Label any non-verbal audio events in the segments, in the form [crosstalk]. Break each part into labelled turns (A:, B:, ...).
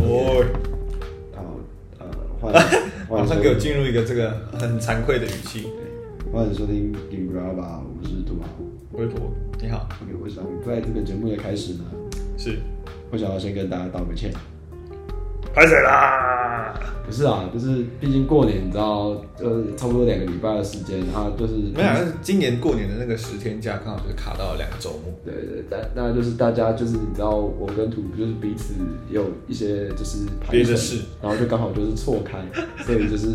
A: 哦，
B: 好，呃，
A: [laughs]
B: 欢迎欢
A: 马
B: 迎
A: 上
B: 收
A: 给我
B: 听，
A: 进入一个这个很惭愧的语气。
B: 欢迎收听 g i b r a b a 我是杜豪。
A: 微博，你好，
B: OK，我想在这个节目的开始呢，
A: 是
B: 我想要先跟大家道个歉。
A: 拍谁啦？
B: 不是啊，就是毕竟过年，你知道，就是差不多两个礼拜的时间，然后就是
A: 没啊想到今年过年的那个十天假，刚好就是卡到了两个周末。
B: 对对，但那就是大家就是你知道，我跟土就是彼此也有一些就是排
A: 别的
B: 程
A: 事，
B: 然后就刚好就是错开，所以就是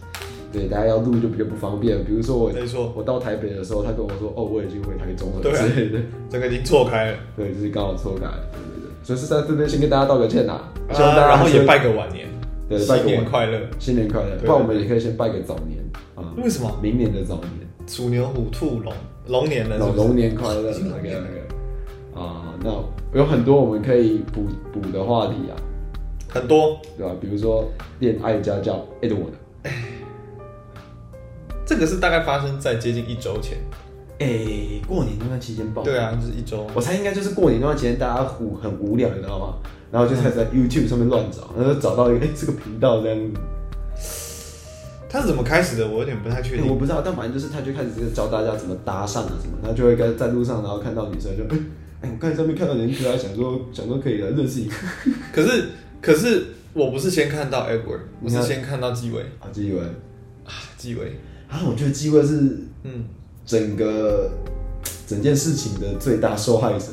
B: [laughs] 对大家要录就比较不方便。比如说我
A: 没错
B: 我到台北的时候，他跟我说哦我已经回台中了
A: 对啊
B: 之类的，
A: 这个已经错开了，
B: 对，就是刚好错开，对对对，所以是在这边先跟大家道个歉啦，希望
A: 啊
B: 大家
A: 然后也
B: 是
A: 拜个晚年，
B: 对
A: 新
B: 拜个晚
A: 年快乐。
B: 新年快乐，
A: 对
B: 不然我们也可以先拜个早年啊，
A: 为什么？
B: 明年的早年。
A: 鼠牛虎兔龙龙年了，是
B: 老
A: 不是
B: 龙年快乐，
A: 已经
B: 那
A: 龙年
B: 个
A: 了
B: 那个啊，那有很多我们可以补补的话题啊，
A: 很多。
B: 对吧、比如说恋爱家教哎 Edward，
A: 这个是大概发生在接近一周前。
B: 哎、过年那段期间爆，
A: 对，啊，就是一周。
B: 我猜应该就是过年那段期间大家虎很无聊，你知道吗？然后就开始在
A: 嗯
B: YouTube 上面乱找，然后就找到一个哎、这个频道这样子，
A: 它是怎么开始的？我有点不太确
B: 哎
A: 定。
B: 我不知道，但反正就是他就开始教大家怎么搭讪啊什么，他就会在在路上然后看到女生就哎。哎，我刚才上面看到你很可爱，想说想说可以来认识一个，
A: 可是可是我不是先看到 Edward，我
B: 你
A: 是
B: 看
A: 先看到纪委
B: 啊，纪委
A: 啊，纪委。
B: 啊，我觉得纪委是
A: 嗯，
B: 整个整件事情的最大受害者。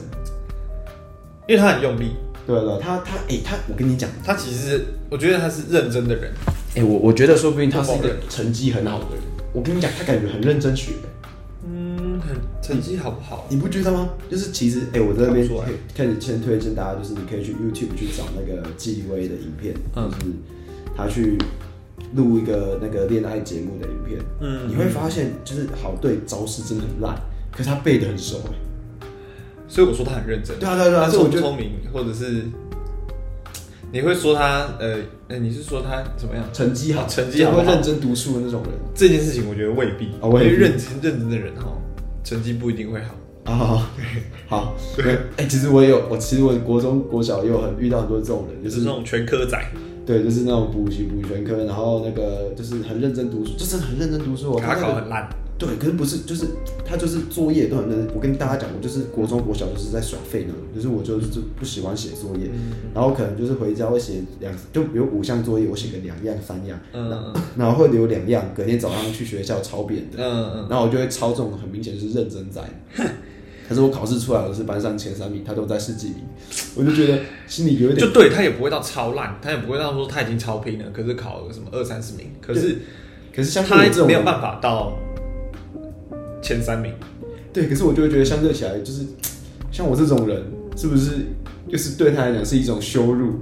A: 因为他很用力，
B: 对了，他他哎、他，我跟你讲，
A: 他其实是我觉得他是认真的人，
B: 哎、我我觉得说不定他是一
A: 不
B: 个
A: 否认
B: 成绩很好的人。我跟你讲，他感觉很认真学，
A: 嗯，很成绩好不好？
B: 你不觉得吗？就是其实，哎、我在那
A: 看不
B: 边
A: 出来啊
B: 开始先推荐大家，就是你可以去 YouTube 去找那个纪薇的影片，
A: 嗯
B: 就是他去录一个那个恋爱节目的影片，
A: 嗯
B: 你会发现就是好对招式真的很烂，可是他背的很熟、哎
A: 所以我说他很认真。
B: 对啊对啊对啊
A: 他
B: 所以我
A: 聪不
B: 觉得
A: 聪明，或者是你会说他呃呃，你是说他怎么样？
B: 成绩好，
A: 成绩好不
B: 会
A: 好
B: 认真读书的那种人。
A: 这件事情我觉得未必，
B: 啊未必
A: 因为认真认真的人哈，成绩不一定会好。
B: 啊，好，对，哎、其实我也有，我其实我国中、国小也有很遇到很多这种人，
A: 就
B: 就
A: 是
B: 是
A: 那种全科仔，
B: 对，就是那种补习补全科，然后那个就是很认真读书，就真的很认真读书哦，
A: 他
B: 那
A: 考
B: 个
A: 很烂，
B: 对，可是不是，就是他就是作业都很认真。我跟大家讲，我就是国中、国小就是在耍废那种，就是我就是就不喜欢写作业，
A: 嗯
B: 然后可能就是回家会写两，就比如五项作业，我写个两样、
A: [laughs]
B: 三样，
A: 嗯嗯
B: 然后会留两样，隔天早上去学校抄别人的，
A: 嗯
B: 然后我就会抄这种很明显就是认真仔。可是我考试出来，我是班上前三名，他都在十几名，我就觉得心里有一
A: 嗯，
B: 点
A: 就对他也不会到超烂，他也不会到说他已经超拼了，可是考了什么二三十名，可是
B: 可是像
A: 他
B: 我这种
A: 没有
B: 人
A: 办法到前三名。
B: 对，可是我就会觉得相对起来，就是像我这种人，是不是就是对他来讲是一种羞辱，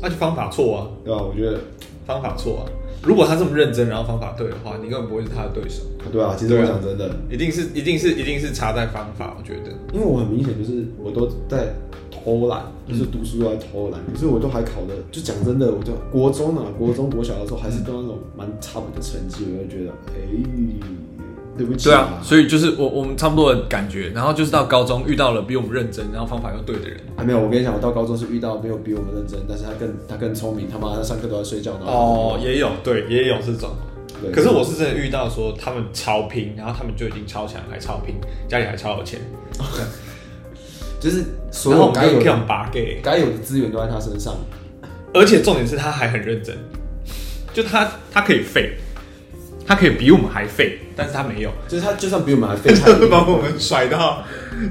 A: 那就方法错啊，
B: 对吧？我觉得，
A: 方法错啊！如果他这么认真，然后方法对的话，你根本不会是他的对手，
B: 对啊，其实
A: 对
B: 我
A: 啊
B: 讲真的，
A: 一定是一定是一定是差在方法，我觉得。
B: 因为我很明显就是我都在偷懒，
A: 嗯
B: 就是读书都在偷懒，可是我都还考的，就讲真的，我就国中啊，国中国小的时候还
A: 嗯
B: 是都那种蛮差不的成绩，我就觉得，哎、对不起、
A: 对啊，所以就是我我们差不多的感觉，然后就是到高中遇到了比我们认真，然后方法又对的人。
B: 还没有，我跟你讲，我到高中是遇到没有比我们认真，但是他更他更聪明，他妈他上课都在睡觉，然后
A: 哦，也有对，也有这种。
B: 对
A: 可是我是真的遇到说他们超拼，然后他们就已经超强，还超拼，家里还超有钱，
B: 就是所
A: 然后我
B: 有
A: 们
B: 该有
A: 又
B: 的
A: 看八 gay，
B: 该有的资源都在他身上，
A: 而且重点是他还很认真，就他他可以废，他可以比我们还废，但是他没有。
B: 就是他就算比我们还废，他
A: 他 [laughs]
B: 也
A: 会把我们甩到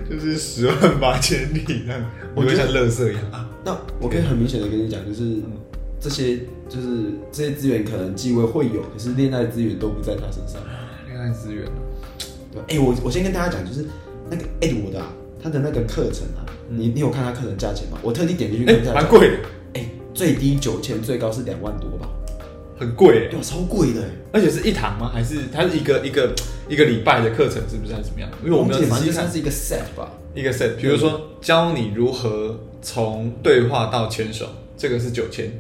A: 就是十万八千里那样，
B: 我
A: 我
B: 觉
A: 就
B: 得
A: 像垃圾一样啊。
B: 那我可以很明显的跟你讲，就是这些就是这些资源可能继位会有，可是恋爱资源都不在他身上。
A: 恋爱资源，
B: 对吧，哎、我我先跟大家讲，就是那个 Edward 啊，他的那个课程啊，你你有看他课程价钱吗？我特地点进去
A: 嗯哎
B: 看，价
A: 蛮
B: 钱，
A: 贵的。
B: 哎、最低九千，最高是两万多吧？
A: 很贵、欸，
B: 对啊，超贵的欸，
A: 而且是一堂吗？还是它是一个一个一个礼拜的课程，是不是还是怎么样？因为我们
B: 忘
A: 要
B: 记反
A: 仔
B: 正
A: 细
B: 就
A: 看
B: 算是一个 set 吧。
A: 一个 set，比如说教你如何从对话到牵手，这个是九千，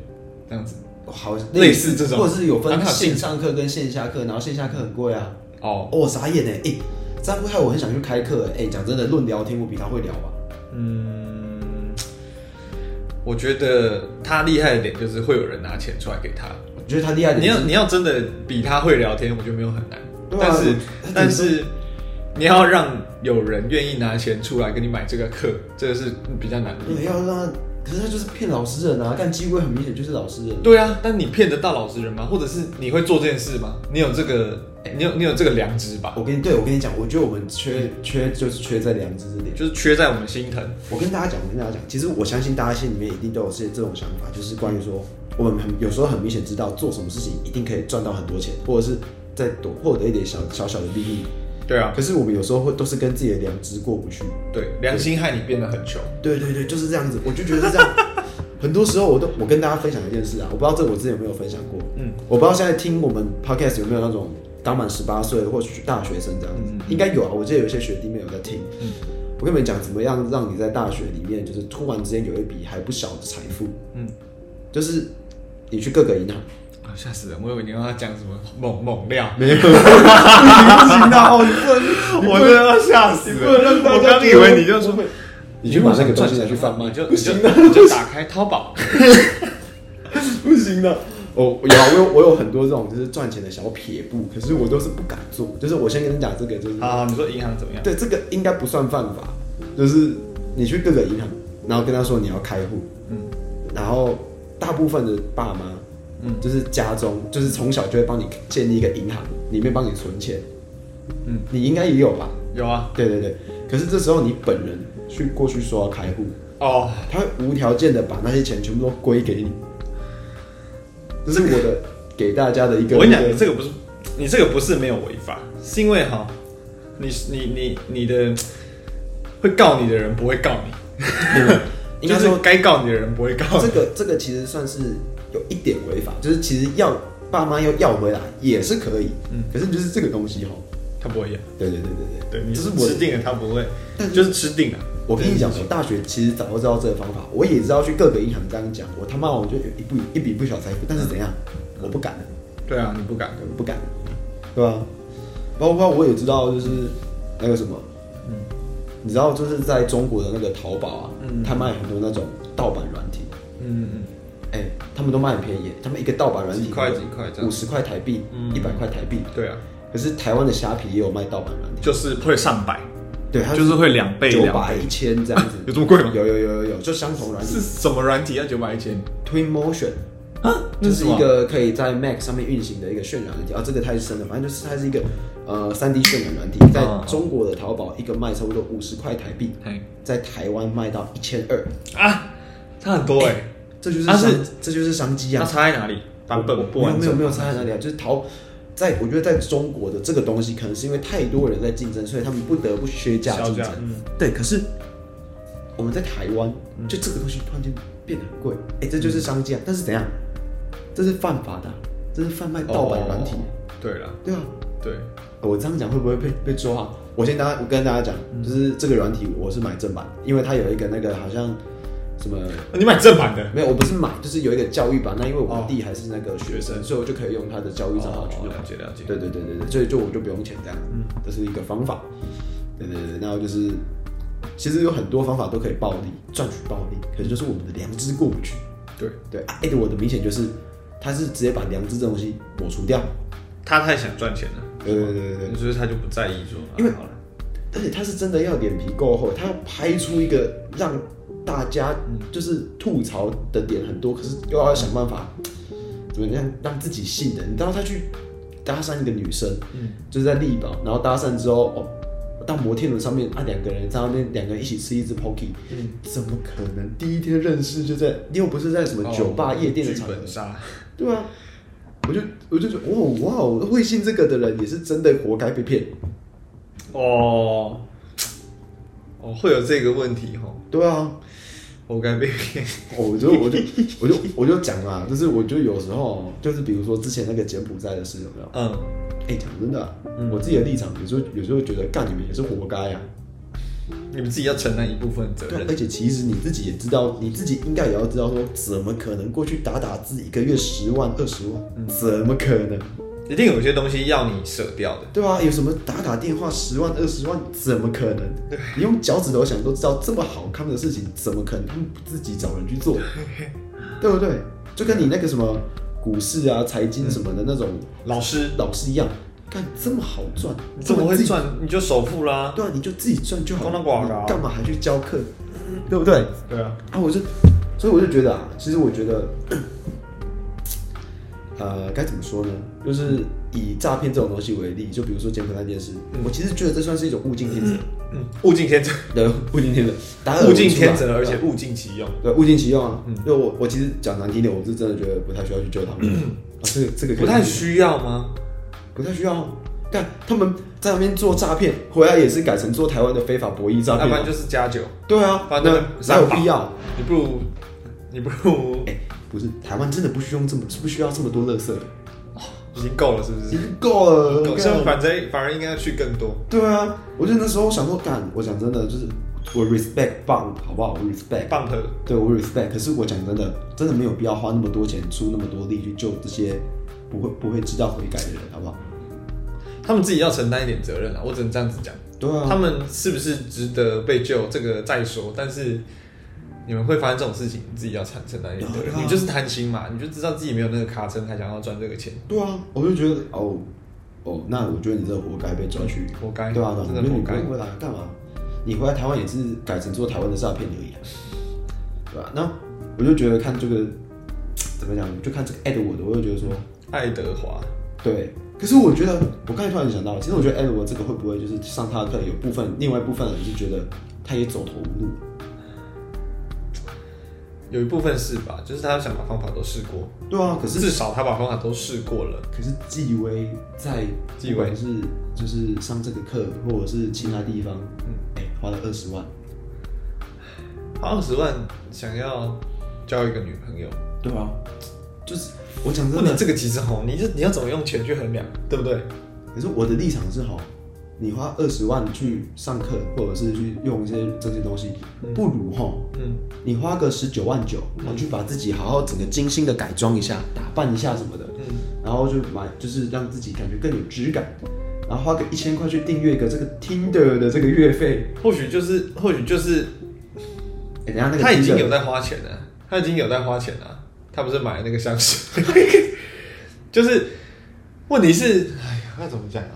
A: 这样子
B: 哦好
A: 类似这种
B: 或者是有
A: 很
B: 分
A: 好进
B: 线上课跟线下课，然后线下课很贵啊。
A: 哦，
B: 哦，我傻眼哎，哎，这样会害我很想去开课哎。讲真的，论聊天我比他会聊吧。
A: 嗯，我觉得他厉害的点就是会有人拿钱出来给他。
B: 我觉得他厉害的
A: 你
B: 点
A: 要
B: 是，
A: 你要真的比他会聊天，我觉得没有很难。
B: 对啊
A: 但是
B: 我
A: 但是你要让有人愿意拿钱出来给你买这个课，这个是比较难的地
B: 对，
A: 方。
B: 要让他，可是他就是骗老实人啊，干机会很明显就是老实人。
A: 对啊，但你骗得到老实人吗？或者是你会做这件事吗？你有这个，你有你有这个良知吧？
B: 我跟你对我跟你讲，我觉得我们缺缺就是缺在良知这点。
A: 就是缺在我们心疼。
B: 我跟大家讲，我跟大家讲，其实我相信大家心里面一定都有些这种想法，就是关于说，我们很有时候很明显知道做什么事情一定可以赚到很多钱，或者是再多获得一点小小小的利益。
A: 对啊，
B: 可是我们有时候会都是跟自己的良知过不去。
A: 对，良心害你变得很穷。
B: 对对对，就是这样子，我就觉得这样。
A: [laughs]
B: 很多时候我都我跟大家分享一件事啊，我不知道这我之前有没有分享过，
A: 嗯，
B: 我不知道现在听我们 podcast 有没有那种刚满十八岁或许大学生这样子，应该有啊，我记得有一些学弟妹有在听。
A: 嗯
B: 我跟你们讲，怎么样让你在大学里面就是突然之间有一笔还不小的财富，
A: 嗯，
B: 就是你去各个
A: [laughs]
B: 银行，
A: 啊，吓死人！我以为你要讲什么猛猛料，
B: 没有，你行啊到好深，
A: [laughs] 我真的要吓死
B: 你不能
A: 了
B: 让！大家
A: 我刚以为你就说
B: 不会你去把那个东西拿去贩卖，
A: 你就
B: 不
A: 你就
B: 行的，
A: 你就打开淘宝。
B: 不行的。哦，有啊，我有我有很多这种就是赚钱的小撇步，可是我都是不敢做。就是我先跟你讲这个，就是
A: 啊好，你说银行怎么样？
B: 对，这个应该不算犯法，就是你去各个银行，然后跟他说你要开户，
A: 嗯
B: 然后大部分的爸妈，
A: 嗯
B: 就是家中就是从小就会帮你建立一个银行，里面帮你存钱，
A: 嗯，
B: 你应该也有吧？
A: 有啊。
B: 对对对，可是这时候你本人去过去说要开户，
A: 哦，
B: 他会无条件的把那些钱全部都归给你，这是我的给大家的一个。
A: 我跟你讲，
B: 一
A: 你
B: 个
A: 这个不是，你这个不是没有违法，是因为哈，你你你你的会告你的人不会告你，
B: 应
A: 就
B: 该
A: 是
B: 说
A: 该告你的人不会告
B: 哦这
A: 你。
B: 个这个其实算是有一点违法，就是其实要爸妈要要回来也是可以，
A: 嗯
B: 可是就是这个东西哈，
A: 他不会要，
B: 对对对对
A: 对，你
B: 这
A: 是
B: 是我
A: 吃定了，他不会
B: 但，是
A: 就是吃定了。
B: 我跟你讲，我大学其实早就知道这个方法，我也知道去各个银行这样讲，我他妈我就有一笔一笔不小财富，但是怎样，我不敢，
A: 对啊，你不敢。
B: 我不敢，对吧、包括我也知道，就是那个什么，
A: 嗯
B: 你知道，就是在中国的那个淘宝啊，
A: 嗯
B: 他卖很多那种盗版软体，
A: 嗯嗯
B: 哎、他们都卖很便宜，他们一个盗版软体
A: 几块几块这样
B: 五十块台币
A: 嗯，
B: 一百块台币
A: 嗯，，对啊，
B: 可是台湾的虾皮也有卖盗版软体，
A: 就是会上百，
B: 对，它
A: 就是会两倍
B: 九
A: 两
B: 百
A: 倍，
B: 一千这样子
A: [laughs] 有这么贵吗
B: 有有有有有，就相同软体
A: 是什么软体要九百一千？
B: Twin Motion。
A: 啊，
B: 就
A: 那
B: 是
A: 什么
B: 一个可以在 Mac 上面运行的一个渲染软体啊，这个太深了，反正就是它是一个呃3 D 渲染软体，在
A: 嗯
B: 中国的淘宝一个卖差不多五十块台币，
A: 嘿
B: 在台湾卖到一千二，
A: 啊，差很多哎、
B: 这就是
A: 它
B: 商
A: 是
B: 这就是商机
A: 它
B: 啊！
A: 差在哪里？版本不完
B: 没有没有
A: 整
B: 没有差在哪里啊，就是淘在我觉得在中国的这个东西，可能是因为太多人在竞争，所以他们不得不削价
A: 削
B: 竞
A: 价
B: 争。
A: 嗯
B: 对，可是我们在台湾，就这个东西突然间变得很贵，哎、这
A: 嗯
B: 就是商机啊！但是怎样？这是犯法的啊、这是贩卖盗版软体。
A: 哦对了，
B: 对啊，
A: 对，哦
B: 我这样讲会不会被被抓啊？我先大家，我跟大家讲，
A: 嗯
B: 就是这个软体我是买正版，因为它有一个那个好像什么。
A: 你买正版的，
B: 没有，我不是买，就是有一个教育版。那因为我
A: 哦
B: 弟还是那个学生，所以我就可以用他的教育账号去
A: 哦
B: 弄。
A: 了解了解
B: 对对对对对，所以就我就不用钱这样。
A: 嗯
B: 嗯，这是一个方法。对对对，然后就是，其实有很多方法都可以暴利赚取暴利，可能就是我们的良知过不去。
A: 对
B: 对，啊，艾德我的明显就是，他是直接把良知这东西抹除掉。
A: 他太想赚钱了，
B: 对对对对对，
A: 所以他就不在意说，啊
B: 因为
A: 好了，
B: 而且他是真的要脸皮够厚，他要拍出一个让大家
A: 嗯
B: 就是吐槽的点很多，可是又要想办法
A: 嗯
B: 怎么样让自己信的。你知道他去搭讪一个女生，
A: 嗯
B: 就是在力宝，然后搭讪之后，哦，到摩天轮上面啊，两个人在那边两个人一起吃一只 Pocky，、
A: 嗯
B: 怎么可能第一天认识就在又不是在什么酒吧、夜店的
A: 哦剧
B: 场合，
A: 本杀，
B: 对啊，我就我就觉得哇哇哦，会信这个的人也是真的活该被骗。
A: 哦，哦，会有这个问题哦。
B: 对啊，
A: 活该被骗。
B: 我就我就我就我就讲啦，就是我就有时候就是比如说之前那个柬埔寨的事有没有？
A: 嗯，
B: 哎、讲真的啊、我自己的立场有时候有时候觉得干你们也是活该啊。
A: 你们自己要承担一部分责
B: 对，
A: 任
B: 而。且其实你自己也知道，你自己应该也要知道说，怎么可能过去打打字一个月十万二十万？怎么可能？
A: 一定有些东西要你舍掉的。
B: 对吧、有什么打打电话十万二十万？怎么可能？你用脚趾头想都知道，这么好看的事情，怎么可能他们不自己找人
A: [laughs]
B: 去做？对不对？就跟你那个什么股市啊、财经什么的那种
A: 老师，
B: 老师一样，干这么好赚，
A: 你怎么会
B: 自己
A: 赚？你就首付啦。
B: 对啊，你就自己赚就好，
A: 光当广告啊
B: 你干嘛还去教课？对不对？
A: 对啊，
B: 啊，我就，所以我就觉得啊，其实我觉得，呃，该怎么说呢？就是以诈骗这种东西为例，就比如说柬埔寨那件事，我其实觉得这算是一种物竞天择，
A: 嗯，物竞天择，
B: [laughs] 对，物竞天择，达尔文
A: 物竞天
B: 出
A: 择，
B: 来
A: 而且物嗯尽其用。
B: 啊对物尽其用啊。就我我其实讲难听点，我是真的觉得不太需要去救他们，啊，这个这个可
A: 嗯
B: 以
A: 不太
B: 理解
A: 需要吗？
B: 不太需要。但他们在那边做诈骗，回来也是改成做台湾的非法博弈诈
A: 要
B: 骗
A: 不
B: 啊、
A: 然就是加酒，
B: 对啊，
A: 反
B: 那
A: 正
B: 哪有
A: 上榜
B: 必要？
A: 你不如，你不如
B: 哎、不是台湾真的不需要这么不需要这么多垃圾，
A: 已经够了，是不
B: 已
A: 是？
B: 经够了。
A: 够，
B: 干
A: 像反正反而应该要去更多。
B: 对啊，我就那时候想说，干，我讲真的，就是我 respect 棒，好不好？我 respect，
A: 棒的，
B: 对我 respect。可是我讲真的，真的没有必要花那么多钱，出那么多力去救这些不会不会知道悔改的人，好不好？
A: 他们自己要承担一点责任啊！我只能这样子讲，
B: 对
A: 他
B: 啊，
A: 们是不是值得被救，这个再说。但是你们会发生这种事情，你自己要承承担一点责任。
B: 对啊
A: 你就是贪心嘛，你就知道自己没有那个卡针，还想要赚这个钱，
B: 对啊，我就觉得哦哦，那我觉得你真的活该被抓去，
A: 活该，
B: 对啊，我
A: 真
B: 觉
A: 的
B: 得
A: 活
B: 你不
A: 该。
B: 用回来干嘛？你回来台湾也是改成做台湾的诈骗而已、啊，对吧、那我就觉得看这个怎么讲，就看这个 Edward，我就觉得说。
A: 爱德华，
B: 对，可是我觉得，我刚才突然想到，其实我觉得 Edward 这个会不会就是上他的课，有部分另外一部分人就觉得他也走投无路，
A: 有一部分是吧？就是他想把方法都试过，
B: 对啊，可是
A: 至少他把方法都试过了。
B: 可是纪薇在
A: 纪薇
B: 不管是就是上这个课，或者是其他地方，嗯，哎、花了二十万，
A: 花二十万想要交一个女朋友，
B: 对啊吧、就是我讲
A: 问
B: 真
A: 题
B: 的，
A: 这个其实吼，你这你要怎么用钱去衡量，对不对？
B: 可是我的立场是好，你花二十万去上课，或者是去用一些这些东西，不如吼
A: 嗯，
B: 你花个十九万九，然后去把自己好好整个精心的改装一下、打扮一下什么的，
A: 嗯，
B: 然后就买，就是让自己感觉更有质感，然后花个一千块去订阅一个这个 Tinder 的这个月费，
A: 或许就是或许就是
B: 哎，等一下那个
A: 他已经
B: Tinder-
A: 有在花钱了，他已经有在花钱了，他不是买了那个香水， [laughs] 就是问题是，哎呀，要怎么讲啊？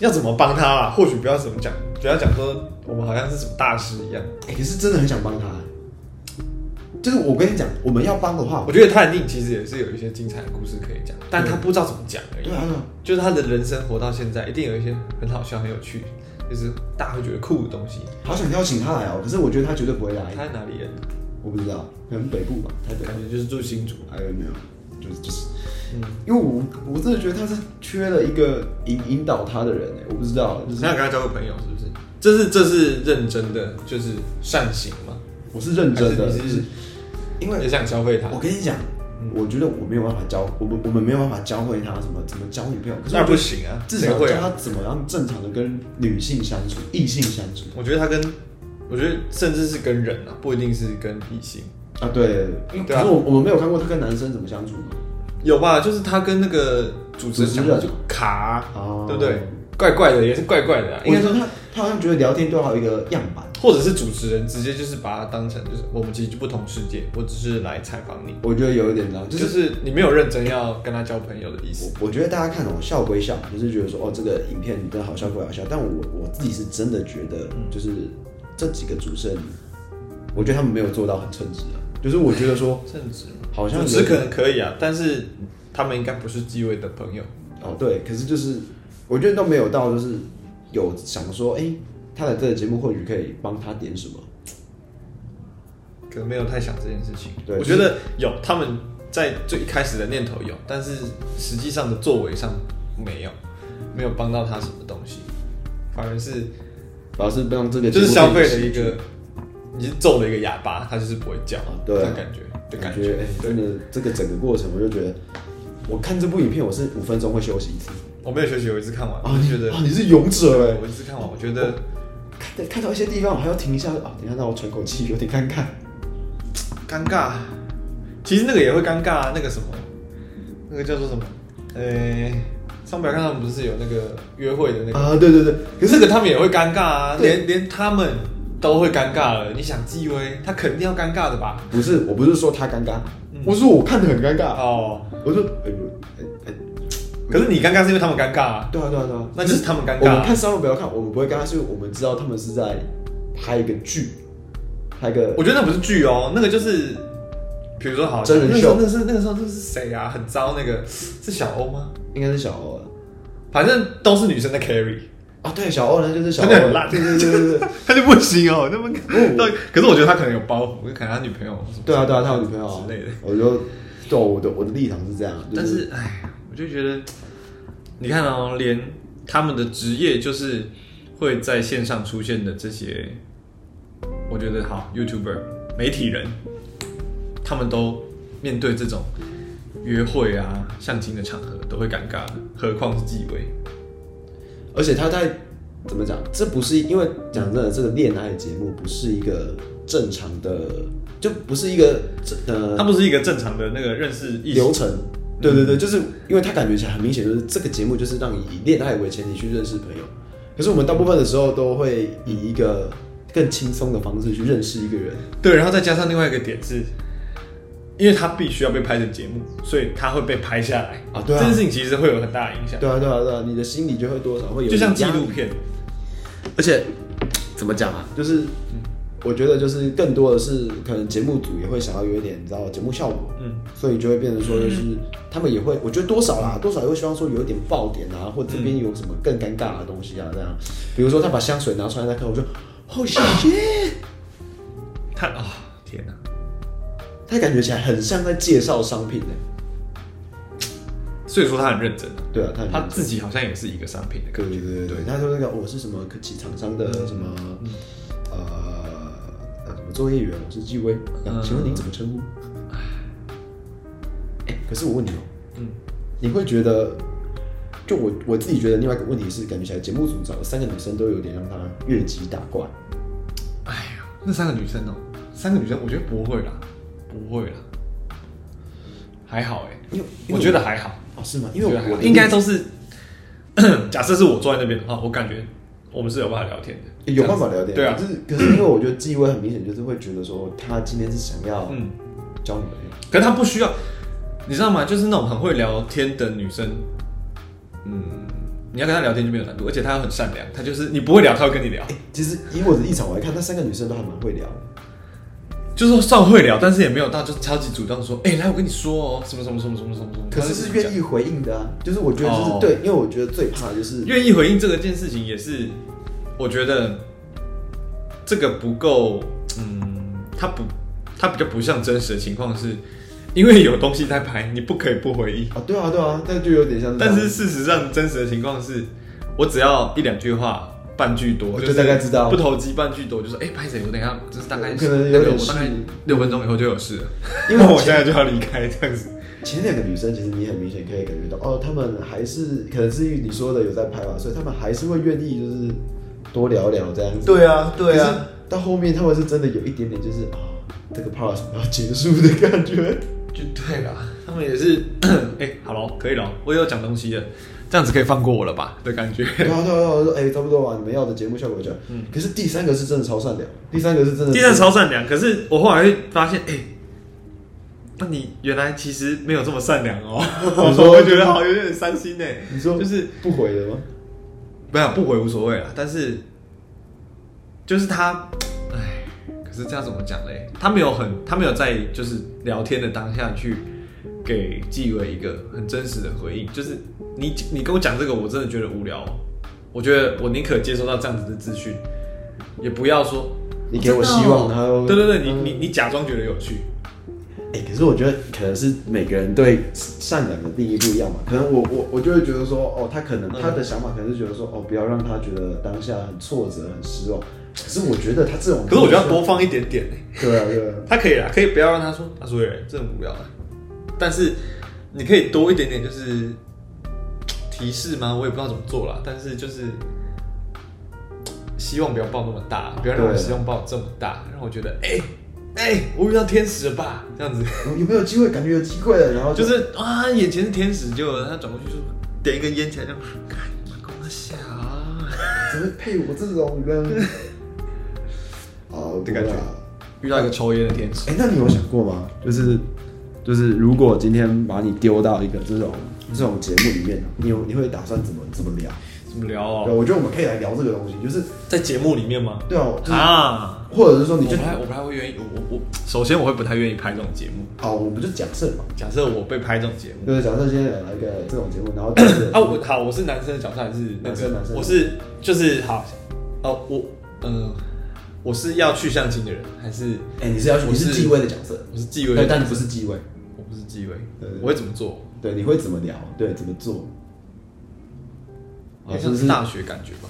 A: 要怎么帮他啊？或许不要怎么讲，不要讲说我们好像是什么大师一样。
B: 哎、可是真的很想帮他，就是我跟你讲，我们要帮的话，
A: 我觉得探定其实也是有一些精彩的故事可以讲，但他不知道怎么讲而已
B: 对。啊，对啊
A: 就是他的人生活到现在，一定有一些很好笑、很有趣，就是大家会觉得酷的东西。
B: 好想邀请他来哦，可是我觉得他绝对不会来
A: 他，在哪里人？
B: 我不知道，可能北部吧，台北。
A: 感觉就是住新竹。
B: 还有没有？就是就是，因为我我真的觉得他是缺了一个引引导他的人哎、我不知道，就
A: 你
B: 是
A: 想跟他交个朋友，是不是？这是这是认真的，就是善行嘛。
B: 我是认真的，
A: 还是你是
B: 因为
A: 也想消费他，
B: 我跟你讲，我觉得我没有办法教我们我们没有办法教会他怎么怎么交女朋友，可是
A: 那
B: 我
A: 不行啊，
B: 至
A: 谁
B: 少
A: 会
B: 教
A: 啊。
B: 他怎么样正常的跟女性相处、异性相处
A: 我觉得他跟，我觉得甚至是跟人啊，不一定是跟异性。
B: 啊，对，因为
A: 对
B: 可
A: 啊
B: 是我我们没有看过他跟男生怎么相处嘛，啊
A: 有吧？就是他跟那个主持人讲话
B: 主持
A: 就卡啊、
B: 哦
A: 对不对？怪怪的，也是怪怪的啊。
B: 应
A: 应
B: 该
A: 该说，
B: 说他他好像觉得聊天都要有一个样板，
A: 或者是主持人直接就是把他当成就是我们其实就不同世界，我只是来采访你。
B: 我觉得有一点这样，就
A: 就是是你没有认真要跟他交朋友的意思。
B: 我我觉得大家看哦，笑归笑，就是觉得说哦，这个影片真的好笑归好笑，但我我自己是真的觉得，就是这几个主持人，我觉得他们没有做到很称职啊。就是我觉得说，
A: 甚至嘛
B: 好像
A: 主
B: 有
A: 持可能可以啊，但是他们应该不是纪委的朋友。
B: 哦对，可是就是我觉得都没有到，就是有想说，哎、他的这个节目或许可以帮他点什么。
A: 可能没有太想这件事情。
B: 对
A: 我觉得有，他们在最一开始的念头有，但是实际上的作为上没有，没有帮到他什么东西，反而是
B: 主要是让这个
A: 就
B: 节
A: 是
B: 目
A: 消费
B: 可
A: 了
B: 以
A: 一个你是揍了一个哑巴，他就是不会叫，
B: 对啊
A: 那感觉的感
B: 感觉
A: 觉，
B: 哎
A: 对
B: 真，的这个整个过程，我就觉得，我看这部影片我是五分钟会休息一次。
A: 我没有学习，我一直看完，我就
B: [laughs]
A: 觉得
B: 啊，你是勇者哎
A: 我！一直看完，我觉得
B: 看对看到一些地方，我还要停一下啊，等一下让我喘口气，有点尴尬。
A: 尴尬。其实那个也会尴尬啊，那个什么，那个叫做什么？呃、上表看他们不是有那个约会的那个，
B: 啊，对对对，
A: 可是这个他们也会尴尬啊，
B: 对
A: 连连他们都会尴尬了。你想纪薇，他肯定要尴尬的吧？
B: 不是，我不是说他尴尬，
A: 嗯
B: 我说我看得很尴尬。
A: 哦，
B: 我说，哎哎哎，
A: 可是你尴尬是因为他们尴尬啊，
B: 对啊对啊对啊，
A: 那就是他们尴
B: 我们
A: 尬。
B: 看三文不要看，我们不会尴尬，是因为我们知道他们是在拍一个剧，拍一个
A: 我觉得那不是剧哦，那个就是，比如说好，
B: 真人秀
A: 那个时候那是那个时候那是谁啊？很糟那个是小欧吗？
B: 应该是小欧了
A: 反正都是女生在 carry，
B: 啊，对，小欧呢就是小欧，
A: 真的很 [laughs] 烂
B: 对对对对对，
A: [laughs] 他就不行哦，那么
B: 嗯
A: 那可是我觉得他可能有包袱，可能他女朋友什么
B: 对啊对啊，他有女朋友啊
A: 之类的。
B: 我就对我的我的立场是这样，就
A: 但是哎，我就觉得，你看哦，连他们的职业就是会在线上出现的这些，我觉得好 YouTuber 媒体人，他们都面对这种约会啊、相亲的场合都会尴尬，何况是纪委。
B: 而且他在怎么讲？这不是因为讲真的，这个恋爱节目不是一个正常的，就不是一个
A: 它
B: 呃
A: 不是一个正常的那个认识异性
B: 流程。对对对，就是因为他感觉起来很明显，就是这个节目就是让你以恋爱为前提去认识朋友。可是我们大部分的时候都会以一个更轻松的方式去认识一个人。
A: 对，然后再加上另外一个点是，因为他必须要被拍成节目，所以他会被拍下来
B: 啊对啊
A: 这件事情其实会有很大的影响，
B: 对啊对啊对啊，你的心里就会多少会有
A: 就像纪
B: 压力
A: 录片，
B: 而且怎么讲啊，就是我觉得就是更多的是可能节目组也会想要有一点，你知道节目效果，
A: 嗯，
B: 所以就会变成说就是他们也会，我觉得多少啦，多少也会希望说有一点爆点啊，或者这边有什么更尴尬的东西啊，这样，比如说他把香水拿出来再看，我就哦谢谢，
A: 他啊、天哪，
B: 他感觉起来很像在介绍商品呢、
A: 所以说他很认真，
B: 对啊，他很
A: 他自己好像也是一个商品的感
B: 对
A: 觉，
B: 对对对，他说那个我是什么科技厂商的什么
A: 嗯
B: 呃呃什么作业员，我是纪薇，
A: 嗯
B: 请问您怎么称呼？哎、可是我问你哦、
A: 嗯，
B: 你会觉得，就我我自己觉得另外一个问题是，感觉起来节目组找的三个女生都有点让他越级打怪，
A: 哎呀，那三个女生哦，三个女生我觉得不会啦，不会啦，还好哎、
B: 因为因为
A: 我觉得还好，
B: 哦是吗？因为
A: 我觉得还
B: 我
A: 好应该都是， [coughs] 假设是我坐在那边的话，我感觉我们是有办法聊天的，
B: 有办法聊天，
A: 对啊
B: 可是可是因为我觉得纪薇很明显就是会觉得说，他今天是想要
A: 嗯。
B: 交女朋友，
A: 可是他不需要，你知道吗？就是那种很会聊天的女生，嗯，你要跟她聊天就没有难度，而且她很善良，她就是你不会聊，她会跟你聊，
B: 其实以我的立场我来看，那三个女生都还蛮会聊的。
A: 就是算会聊，但是也没有到就是超级主动说，哎、来我跟你说哦，什么什么什么什么什么什么，
B: 可是是
A: 她就
B: 愿
A: 讲
B: 意回应的啊，就是我觉得就是、
A: 哦
B: 对，因为我觉得最怕就是
A: 愿意回应这个件事情，也是我觉得这个不够，嗯，它不，它比较不像真实的情况是，因为有东西在拍，你不可以不回应。
B: 啊，对啊对啊，那就有点像这样，
A: 但是事实上，真实的情况是，我只要一两句话，半句多，
B: 我就是大概知道
A: 不投机，半句多，就说哎，拍谁？我等一下，就是大概
B: 可能有点
A: 那个我
B: 事
A: 大概六分钟以后就有事了，
B: 因
A: [laughs]
B: 为
A: 我现在就要离开这样子。
B: 前两个女生其实你很明显可以感觉到哦，她们还是可能是你说的有在拍吧，所以她们还是会愿意就是多聊聊这样子。
A: 对啊对啊。
B: 到后面他们是真的有一点点就是啊、这个 part 要结束的感觉。
A: 就对了，他们也是， [coughs] 哎，好了，可以了，我有讲东西了，这样子可以放过我了吧的感 [laughs] 觉。
B: 对啊对啊对啊，我说哎、差不多啊，你们要的节目效果就。嗯。可是第三个是真的超善良，第三个是真的。
A: 第三超善良，可是我后来会发现，哎、那你原来其实没有这么善良 [laughs] 哦，
B: 你说
A: 我觉得好有点伤心呢。
B: 你说
A: 就是
B: 不回的吗？
A: 没有不回无所谓啦，但是就是他，哎，可是这样怎么讲嘞？他没有很，他没有在就是聊天的当下去给纪委一个很真实的回应，就是你你跟我讲这个，我真的觉得无聊、哦，我觉得我宁可接收到这样子的资讯，也不要说
B: 你给我
A: 哦真的哦
B: 希望然后
A: 对对对，你
B: 嗯
A: 你你假装觉得有趣，
B: 哎、可是我觉得可能是每个人对善良的定义不一样嘛。可能我我我就会觉得说，哦，他可能
A: 嗯
B: 他的想法可能是觉得说，哦，不要让他觉得当下很挫折、很失望。可是我觉得他这种，
A: 可是我觉得要多放一点点、欸，
B: 对啊对啊，
A: 他可以啦，可以不要让他说啊，所以人这很无聊啊。但是你可以多一点点，就是提示吗？我也不知道怎么做啦，但是就是希望不要抱那么大，不要让我
B: 对
A: 希望抱这么大，让我觉得哎哎、我遇到天使了吧，这样子， [laughs]
B: 有没有机会？感觉有机会了，然后
A: 就是啊，眼前是天使，结果他转过去说点一根烟起来，就看你们跟我想啊。
B: 怎么会配我这种人？
A: [laughs]
B: 啊，
A: 的
B: 对
A: 感觉遇到一个抽烟的天使，
B: 哎、那你有想过吗？就是就是，如果今天把你丢到一个这种这种节目里面，你有你会打算怎么怎么聊？
A: 怎么聊
B: 对，
A: 哦？
B: 我觉得我们可以来聊这个东西，就是
A: 在节目里面吗？
B: 对啊，就是、
A: 啊，
B: 或者是说
A: 我
B: 你
A: 不
B: 就
A: 太我不太会愿意，我我我首先我会不太愿意拍这种节目。
B: 啊，我们就假设嘛，
A: 假设我被拍这种节目，
B: 就是假设今天有来一个这种节目，然后就是
A: 啊，我好，我是男生的角色还是那
B: 嗯男
A: 个
B: 生男？生
A: 我是就是好，哦，我嗯、我是要去相亲的人，还是
B: 哎、你是要
A: 我
B: 你
A: 是
B: 是继位的角色，
A: 我是纪委
B: 对，？但你不是继位，
A: 我不是纪委
B: 对，对
A: 我会怎么做？
B: 对，你会怎么聊？对，怎么做？
A: 好
B: 啊
A: 像
B: 就是是
A: 大学感觉吧。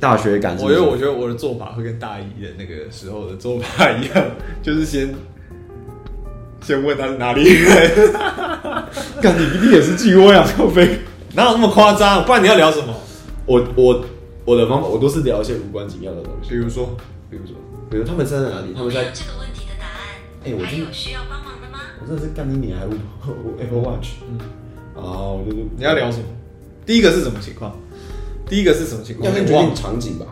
B: 大学感
A: 我觉得，我觉得我的做法会跟大一的那个时候的做法一样， [laughs] 就是先先问他是哪里
B: [laughs]
A: 人，
B: 干你一定也是继位啊， [laughs] 靠飞。
A: 哪有那么夸张？ [laughs] 不然你要聊什么？
B: 我我我的方法，我都是聊一些无关紧要的东西，
A: 比如说，
B: 比如说，比如他们在哪里，他
C: 我
B: 们
C: 没有
B: 在，
C: 这个问题的答案。
B: 哎我
C: 还
B: 真的
C: 有需要帮忙的吗？
B: [laughs] 我真的是干你娘还啊 [laughs] Apple Watch，嗯，啊，我就是
A: 你要聊什么？第一个是什么情况？第一个是什么情况？
B: 要
A: 我
B: 先决
A: 忘
B: 定
A: 了。
B: 场景吧，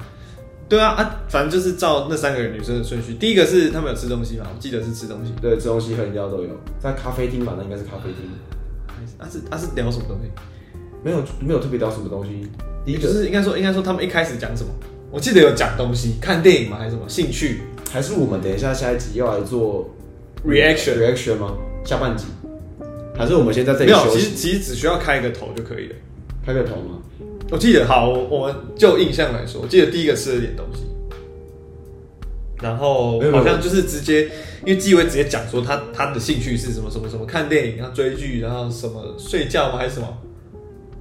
A: 对啊啊，反正就是照那三个女生的顺序。第一个是他们有吃东西嘛？我记得是吃东西。
B: 对，吃东西喝饮料都有，在咖啡厅吧，那应该是咖啡厅，
A: 啊是啊是聊什么东西？
B: 没有没有特别聊什么东西，第一
A: 就
B: 个
A: 是应该说应该说他们一开始讲什么？我记得有讲东西，看电影嘛还是什么兴趣？
B: 还是我们等一下下一集要来做
A: Reaction
B: reaction 吗？下半集，还是我们先在这
A: 没
B: 里
A: 有，
B: 休
A: 其实
B: 息，
A: 其实只需要开一个头就可以了。
B: 拍个头吗？
A: 我记得好，我我们就印象来说，我记得第一个吃了点东西，然后
B: 没有
A: 好
B: 没有
A: 像就是直接，因为纪委直接讲说他他的兴趣是什么什么什么，看电影，然后啊追剧，然后什么睡觉吗还是什么，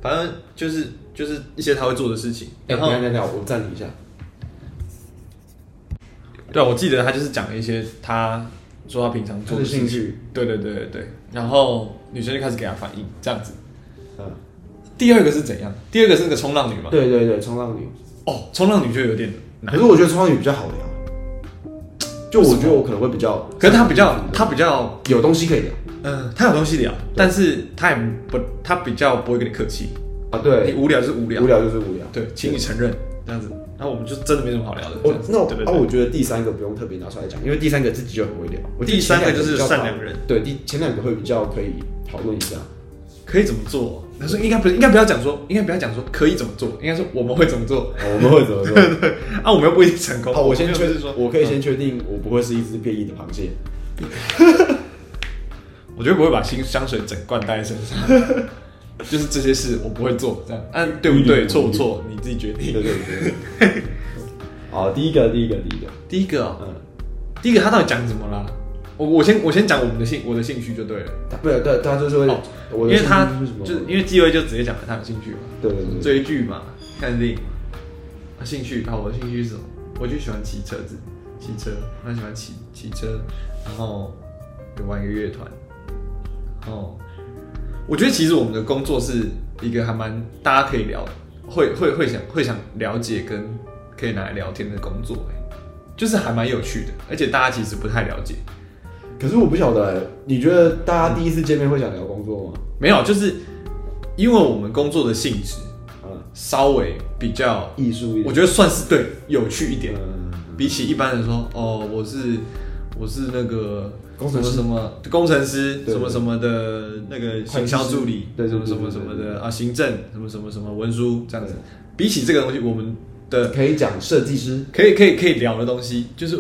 A: 反正就是就是一些他会做的事情。
B: 哎，
A: 然
B: 等
A: 后啊
B: 一下等一下，我暂停一下，
A: 对啊，我记得他就是讲了一些他说他平常做的事
B: 他的
A: 情
B: 兴趣，
A: 对对对对对，然后女生就开始给他反应这样子。
B: 嗯，
A: 第二个是怎样？第二个是那个冲浪女嘛？
B: 对对对，冲浪女。
A: 哦，冲浪女就有点难
B: 可。是我觉得冲浪女比较好聊，就我觉得我可能会比较
A: 可是他比较，他比较，
B: 有东西可以聊
A: 嗯，他有东西聊，但是他也不，他比较不会跟你客气。
B: 啊。
A: 你
B: 对，
A: 哎无聊就是无聊，
B: 无聊就是无聊。
A: 对，请你承认这样子。那我们就真的没什么好聊的。这
B: 我
A: 样子
B: 那我
A: 对对
B: 啊，
A: 对
B: 我觉得第三个不用特别拿出来讲，因为第三个自己就很会聊。我觉得
A: 第三个就是
B: 前两比较
A: 善良人，
B: 对，第前两个会比较可以讨论一下。
A: 可以怎么做？他说应该不是，应该不要讲说，应该不要讲说可以怎么做，应该说我们会怎么做。
B: 哦我们会怎么做？
A: 啊，我们又不一定成功。
B: 好，我先
A: 就
B: 确
A: 是
B: 定
A: 说，，
B: 我可以先确定我不会是一只变异的螃蟹。嗯
A: 我绝对不会把新香水整罐带在身
B: [laughs]
A: 上。就是这些事我不会做，这样，啊，对不对？
B: 嗯
A: 错不错？你自己决定
B: 对。对对。对 [laughs] 好，第一个，第一个，第一个，
A: 第一个哦，
B: 嗯，
A: 第一个他到底讲什么啦？我我先我先讲我们的兴我的兴趣就对了，
B: 他不是，对，他就是会
A: 哦，
B: 我
A: 因
B: 的
A: 为他
B: 兴趣是什么
A: 就是因为机会就直接讲了他的兴趣嘛，
B: 对对对，
A: 追剧嘛，看电影嘛，啊兴趣啊我的兴趣是什么？我就喜欢骑车子，骑车，我很喜欢骑骑车，然后有玩一个乐团，然后我觉得其实我们的工作是一个还蛮大家可以聊，会会会想会想了解跟可以拿来聊天的工作、欸，就是还蛮有趣的，而且大家其实不太了解。
B: 可是我不晓得、欸，你觉得大家第一次见面会想聊工作吗？
A: 没有，就是因为我们工作的性质
B: 嗯，
A: 稍微比较，
B: 艺术一点，
A: 我觉得算是对有趣一点，
B: 嗯，
A: 比起一般人说哦，我是我是那个
B: 工程师
A: 什么什么工程师
B: 对
A: 什么什么的那个行销助理，
B: 对对
A: 什么什
B: 对
A: 么
B: 对
A: 什
B: 对
A: 么
B: 对
A: 的啊，行政什么什么什么文书这样子
B: 对。
A: 比起这个东西，我们的
B: 可以讲设计师，
A: 可以可以可以聊的东西，就是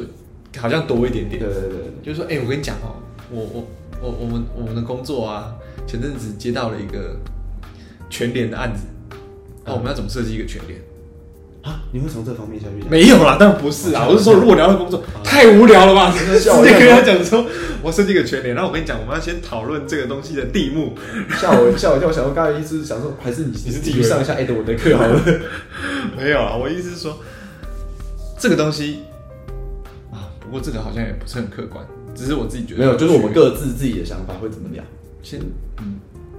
A: 好像多一点点
B: 对。对对，
A: 就是说，哎、我跟你讲哦、我我我我们我们的工作啊，前阵子接到了一个全联的案子，哦、我们要怎么设计一个全联？
B: 啊，你会从这方面下去讲？
A: 没有啦，当然不是啊，
B: 哦
A: 我是说，如果聊到工作，太无聊了吧？直
B: 笑我
A: 接跟他
B: 笑我
A: 讲说，我设计一个全联，然后我跟你讲，我们要先讨论这个东西的地 [laughs] 目，
B: 吓我吓我一跳，我想说刚才意思是想说，还是你
A: 你是
B: 继
A: 地位
B: 续上一下 A 的我的课好了，
A: 没有啊，我意思是说，这个东西啊不过这个好像也不是很客观，只是我自己觉得
B: [laughs] 没有，就是我们
A: 个
B: 各自自己的想法会怎么聊。
A: 先嗯，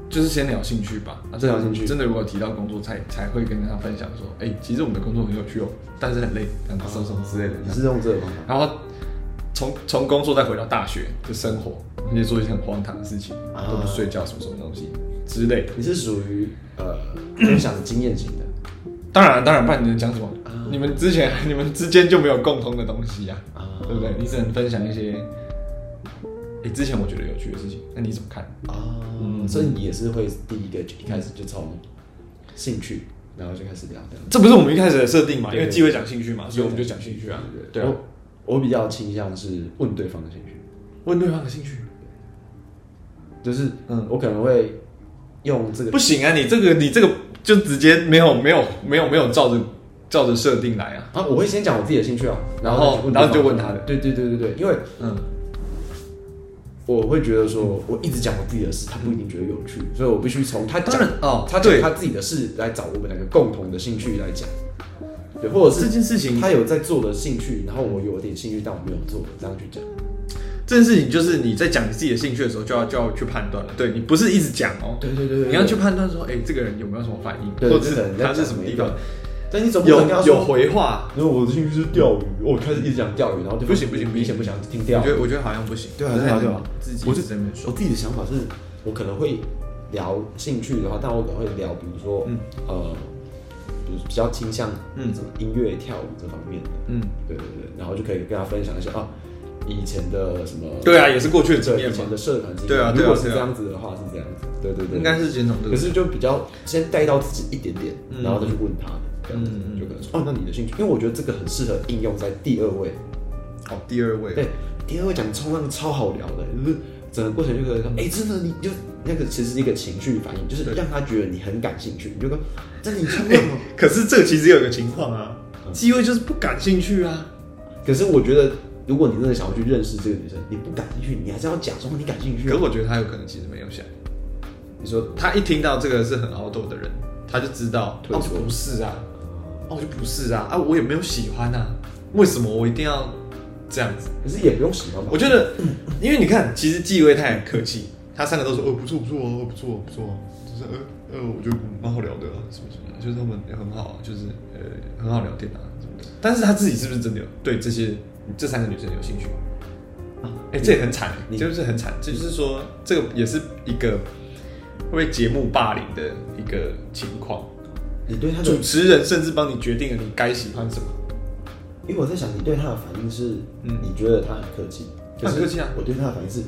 A: 就是先聊兴趣吧。啊
B: 先聊兴趣
A: 真的如果提到工作才才会跟他分享说，哎、其实我们的工作很有趣哦，但是很累，然
B: 哦
A: 后什么什么之类的。
B: 你是用这个方
A: 然后从从工作再回到大学的生活，也做一些很荒唐的事情，
B: 啊
A: 都不睡觉什么什么东西之类的
B: 法？。你是属于呃分享经验型的，
A: 当然，当然，不然你能讲什么
B: 啊？
A: 你们之前 [laughs] 你们之间就没有共同的东西呀、
B: 啊
A: 对不对？你只能分享一些，你、之前我觉得有趣的事情，那你怎么看？
B: 啊，
A: 嗯
B: 所以你也是会第一个就一开始就从兴趣，然后就开始聊这样。
A: 这不是我们一开始的设定嘛？
B: 对
A: 因为机会讲兴趣嘛，所以我们就讲兴趣啊。对啊，
B: 我我比较倾向是问对方的兴趣，
A: 问对方的兴趣
B: 就是
A: 嗯
B: 嗯，我可能会用这个
A: 不行啊！你这个你这个就直接没有没有没有没有照着照着设定来啊。
B: 啊，我会先讲我自己的兴趣啊，然
A: 然后
B: 后
A: 然后就问他的
B: 对对对对对，因为
A: 嗯，
B: 我会觉得说，我一直讲我自己的事，他不一定觉得有趣，所以我必须从他
A: 当
B: 讲
A: 然哦
B: 他
A: 对
B: 讲他自己的事来找我们两个共同的兴趣来讲，对，或者是
A: 这件事情
B: 他有在做的兴趣，然后我有点兴趣，但我没有做，这样去讲。
A: 这件事情就是你在讲你自己的兴趣的时候，就要就要去判断了。对你不是一直讲哦，
B: 对对对对，
A: 你要去判断说，哎、这个人有没有什么反应，
B: 对
A: 或者
B: 这个
A: 是
B: 人在
A: 他
B: 讲
A: 是什么
B: 什么
A: 地方
B: 但你总不
A: 有
B: 能跟他说
A: 有，回话。
B: 因为我的兴趣是钓鱼，我开始一直讲钓鱼，然后对方
A: 不行不行不行
B: 明显不想听
A: 我
B: 钓
A: 觉
B: 鱼。
A: 得我觉得好像不行，
B: 啊对啊
A: 不太
B: 对啊对
A: 能
B: 啊
A: 自己
B: 我
A: 是
B: 是
A: 真没
B: 我
A: 说，
B: 自己的想法是，我可能会聊兴趣的话，但我可能会聊，比如说，
A: 嗯
B: 呃，比比较倾向
A: 嗯
B: 嗯什么音乐、跳舞这方面的，
A: 嗯，
B: 对对对，然后就可以跟他分享一下啊，以前的什么，
A: 对啊，也是过去的经
B: 对
A: 验
B: 以
A: 嘛
B: 前，的社团经验，
A: 对啊对啊
B: 如果是
A: 对啊
B: 这样子的话是这样子，对对对，
A: 应该是先从这
B: 可
A: 个。
B: 是就比较先带到自己一点点
A: 嗯，
B: 然后再去问他，这样子
A: 嗯嗯
B: 就可能说哦，那你的兴趣，因为我觉得这个很适合应用在第二位，
A: 哦，第二位，
B: 对，第二位讲冲浪超好聊的，就是整个过程就可以说，哎、真的你就那个其实是一个情绪反应，就是让他觉得你很感兴趣，你就说，真的你冲浪
A: [laughs]
B: 哦、
A: 可是这其实有一个情况啊，
B: 嗯
A: 机会就是不感兴趣啊。
B: 可是我觉得，如果你真的想要去认识这个女生，你不感兴趣，你还是要假装你感兴趣、
A: 可
B: 啊。
A: 我觉得他有可能其实没有想，
B: 你说，
A: 他一听到这个是很好斗的人，他就知道，
B: 退
A: 哦，
B: 缩
A: 就不是啊，哦，就不是啊，啊，我也没有喜欢啊，为什么我一定要这样子？
B: 可是也不用喜欢吧？
A: 我觉得，
B: 嗯
A: 因为你看，其实纪委他也很客气，他三个都说，哦，不错不错哦，不错不错哦，就是呃呃，我觉得蛮好聊的啊，什么什么的，就是他们也很好，啊就是呃很好聊天啊什么的。但是他自己是不是真的有对这些这三个女生有兴趣？
B: 啊
A: 哎、这也很惨，
B: 你
A: 就是很惨，这就是说这个也是一个会节目霸凌的一个情况。
B: 你对他的
A: 主，持人甚至帮你决定了你该喜欢什么。
B: 因为我在想，你对他的反应是，
A: 嗯
B: 你觉得他很客气，
A: 他很客气啊
B: 可是我对他的反应是，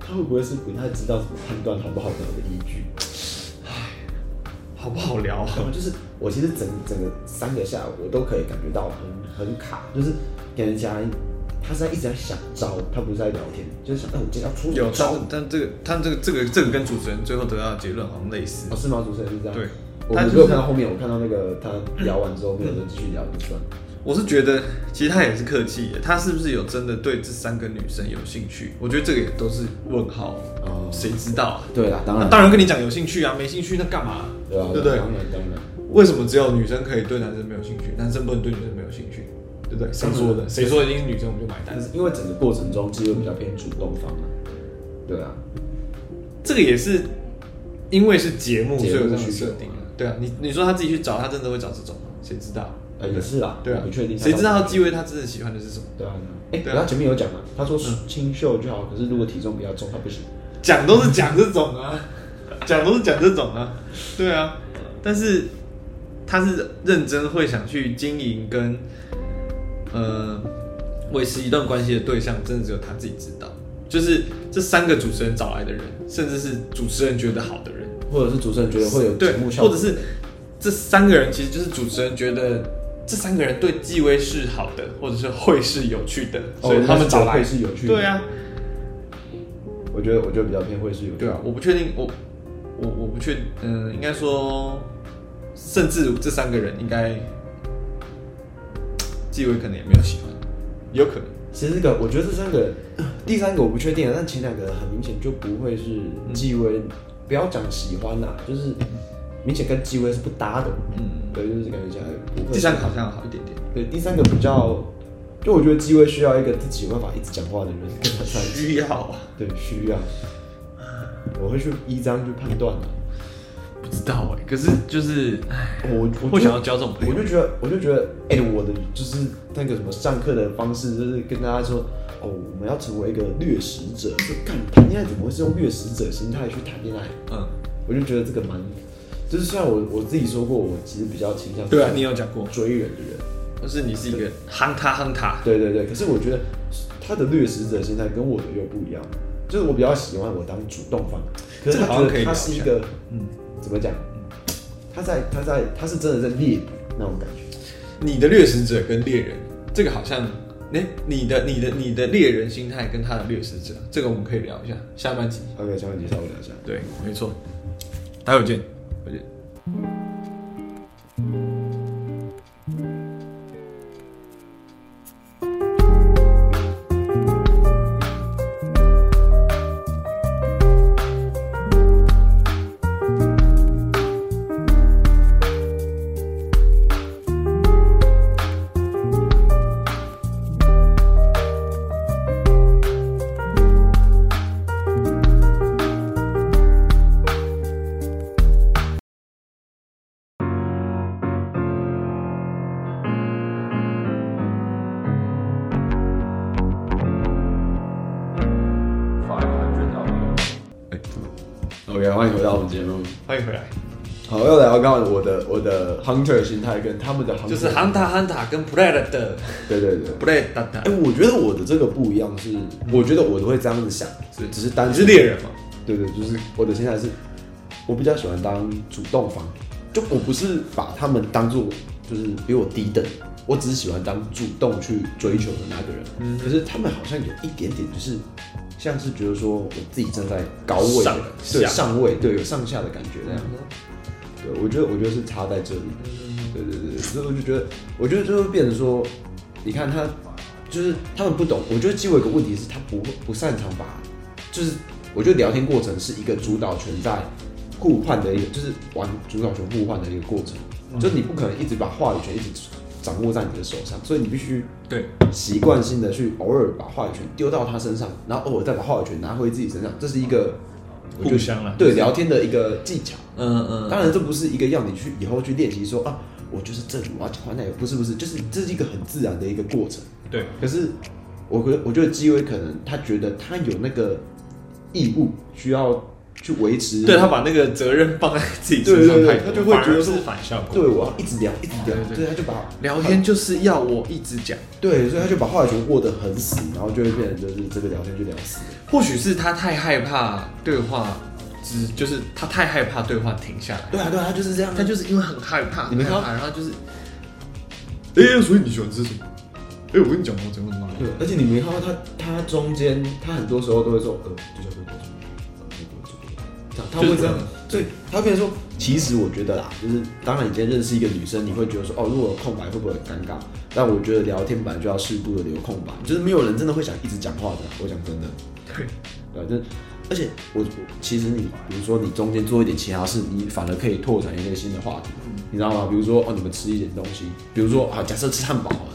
B: 他会不会是不太知道怎么判断好不好聊的依据？
A: 好不好聊啊？
B: 然后就是我其实整整个三个下午，我都可以感觉到很很卡，就是给人家他是在一直在想招，他不是在聊天，就是想，哎、我今天要出什
A: 有
B: 么，
A: 但
B: 招
A: 是？但这个，但这个，这个，这个跟主持人最后得到的结论好像类似
B: 哦，。是吗？主持人是这样。
A: 对
B: 我
A: 他
B: 我
A: 就是
B: 没有看到后面，我看到那个他聊完之后没有再继续聊，就算。
A: 我是觉得，其实他也是客气的，他是不是有真的对这三个女生有兴趣？我觉得这个也都是问号，
B: 哦
A: 谁知道啊？
B: 对啦，当
A: 那
B: 然，
A: 当然跟你讲有兴趣啊，没兴趣那干嘛？
B: 对啊，
A: 对不对？
B: 当然当然。
A: 为什么只有女生可以对男生没有兴趣，男生不能对女生没有兴趣？对不对？谁说的？谁说一定是女生我们就买单
B: 但？是因为整个过程中，机会比较偏主动方啊。对啊，
A: 这个也是因为是节目，所以
B: 节
A: 有
B: 目
A: 这样的
B: 需求
A: 设定啊。对啊，你你说他自己去找，他真的会找这种吗？谁知道？
B: 呃也是啦
A: 对啊，
B: 我不确定他
A: 谁知道
B: 到底
A: 他机会他真的喜欢的是什么？
B: 对啊。对啊哎，
A: 对啊嗯
B: 然后前面有讲嘛，他说清秀就好，可是如果体重比较重，他不行。
A: 讲都是讲这种
B: [laughs]
A: 啊，讲都是讲这种啊，对啊，但是他是认真会想去经营跟呃维持一段关系的对象，真的只有他自己知道。就是这三个主持人找来的人，甚至是主持人觉得好的人，
B: 或者是主持人觉得会有
A: 对
B: 节目，效
A: 或
B: 果，
A: 者是这三个人其实就是主持人觉得这三个人对纪薇是好的，或者是会是有趣的，
B: 哦
A: 所以他们找来
B: 那会是有趣的
A: 对啊，
B: 我觉得我觉得比较偏会是有
A: 对啊，我不确定，我我我不确，嗯、应该说，甚至这三个人应该，纪委可能也没有喜欢，有可能，
B: 其实这个，我觉得这三个，第三个我不确定啊，但前两个很明显就不会是
A: 嗯
B: 纪薇，不要讲喜欢啦，就是明显跟纪薇是不搭的。
A: 嗯，
B: 对，就是感觉起来不会。
A: 第三个好像好一点点，
B: 对第三个比较比就我觉得机会需要一个自己有办法一直讲话的人跟他在一起。
A: 需要啊，
B: 对，需要。我会去依章去判断的、
A: 不知道哎、可是就是，唉
B: 我我
A: 会
B: 觉
A: 想要
B: 得
A: 交这种朋
B: 我
A: 友
B: 就，觉得，我就觉得，哎、我的就是那个什么上课的方式，就是跟大家说，哦，我们要成为一个掠食者。就干谈恋爱怎么会是用掠食者心态去谈恋爱？
A: 嗯，
B: 我就觉得这个蛮，就是虽然我我自己说过，我其实比较倾向
A: 对啊，你有讲过，
B: 追人的人，
A: 就是你是一个夯他夯他，
B: 对对对。可是我觉得他的掠食者心态跟我的又不一样，就是我比较喜欢我当主动方，可是
A: 这
B: 他
A: 个好像
B: 觉
A: 可以
B: 得
A: 聊
B: 他
A: 一
B: 是一
A: 下
B: 个，
A: 嗯
B: 怎么讲？他在他在他是真的在猎捕那种感觉。
A: 你的掠食者跟猎人，这个好像，哎、你的你的你的猎人心态跟他的掠食者，这个我们可以聊一下，下半集。
B: OK，下面介绍我聊一下。
A: 对，没错，待会儿见，再见。哎
B: OK，欢迎回到我们节目。
A: 欢迎回来，
B: 好，又聊到我的我的 hunter 心态跟他们的 hunter，
A: 就是 Hunter Hunter 跟 Predator
B: 对对对。哎、
A: Predator，
B: 我觉得我的这个不一样是，我觉得我都会这样子想，
A: 是
B: 只是单
A: 你
B: 纯
A: 是猎人嘛？
B: 对对，就是我的心态是，我比较喜欢当主动方，就我不是把他们当做就是比我低等，我只是喜欢当主动去追求的那个人。可是他们好像有一点点就是，像是觉得说我自己站在高位
A: 上
B: 的，对
A: 下
B: 上位，对有上下的感觉
A: 啊
B: 那样子。对，我觉得我觉得是差在这里。
A: 嗯
B: 对对对，对所以我就觉得，我觉得就会变成说，你看他就是他们不懂。我觉得基伟有个问题是他不不擅长把，就是我觉得聊天过程是一个主导权在互换的一个，就是玩主导权互换的一个过程。
A: 嗯
B: 就是你不可能一直把话语权一直掌握在你的手上，所以你必须
A: 对，
B: 习惯性的去偶尔把话语权丢到他身上，然后偶尔再把话语权拿回自己身上，这是一个我觉得
A: 互相啦
B: 对聊天的一个技巧。
A: 嗯嗯，
B: 当然，这不是一个要你去以后去练习说啊，我就是这里我要讲话那个，不是不是，就是这是一个很自然的一个过程。
A: 对，
B: 可是我觉得，我觉得基伟可能他觉得他有那个义务需要去维持，
A: 对他把那个责任放在自己身
B: 对
A: 上
B: 对对
A: 太多，
B: 他就会
A: 反而
B: 觉得
A: 是
B: 说
A: 反效果。
B: 对我要一直聊一直聊，
A: 对对
B: 哦对他就把
A: 聊天就是要我一直讲，
B: 对，所以他就把话语权握得很死，然后就会变成就是这个聊天就聊死了。
A: 或许是他太害怕对话，只就是他太害怕对话停下来，
B: 对啊对啊，他就是这样啊，
A: 他就是因为很害怕，
B: 你没
A: 很
B: 看
A: 害怕，
B: 到
A: 然后就是，哎，所以你喜欢吃什么？哎，我跟你讲，我怎么怎么，
B: 对，而且你没看到他，他中间他很多时候都会说，呃，就是喝多酒，呃，喝多酒，这样他会这样，所以他变成说，其实我觉得啦，就是当然你今天认识一个女生，你会觉得说，哦，如果有空白会不会很尴尬？但我觉得聊天本来就要适度的留空白，就是没有人真的会想一直讲话的啦，我讲真的，
A: 对，
B: 对，就是而且我我其实你比如说你中间做一点其他事，你反而可以拓展一个新的话题，你知道吗？比如说哦，你们吃一点东西，比如说啊，假设吃汉堡好了，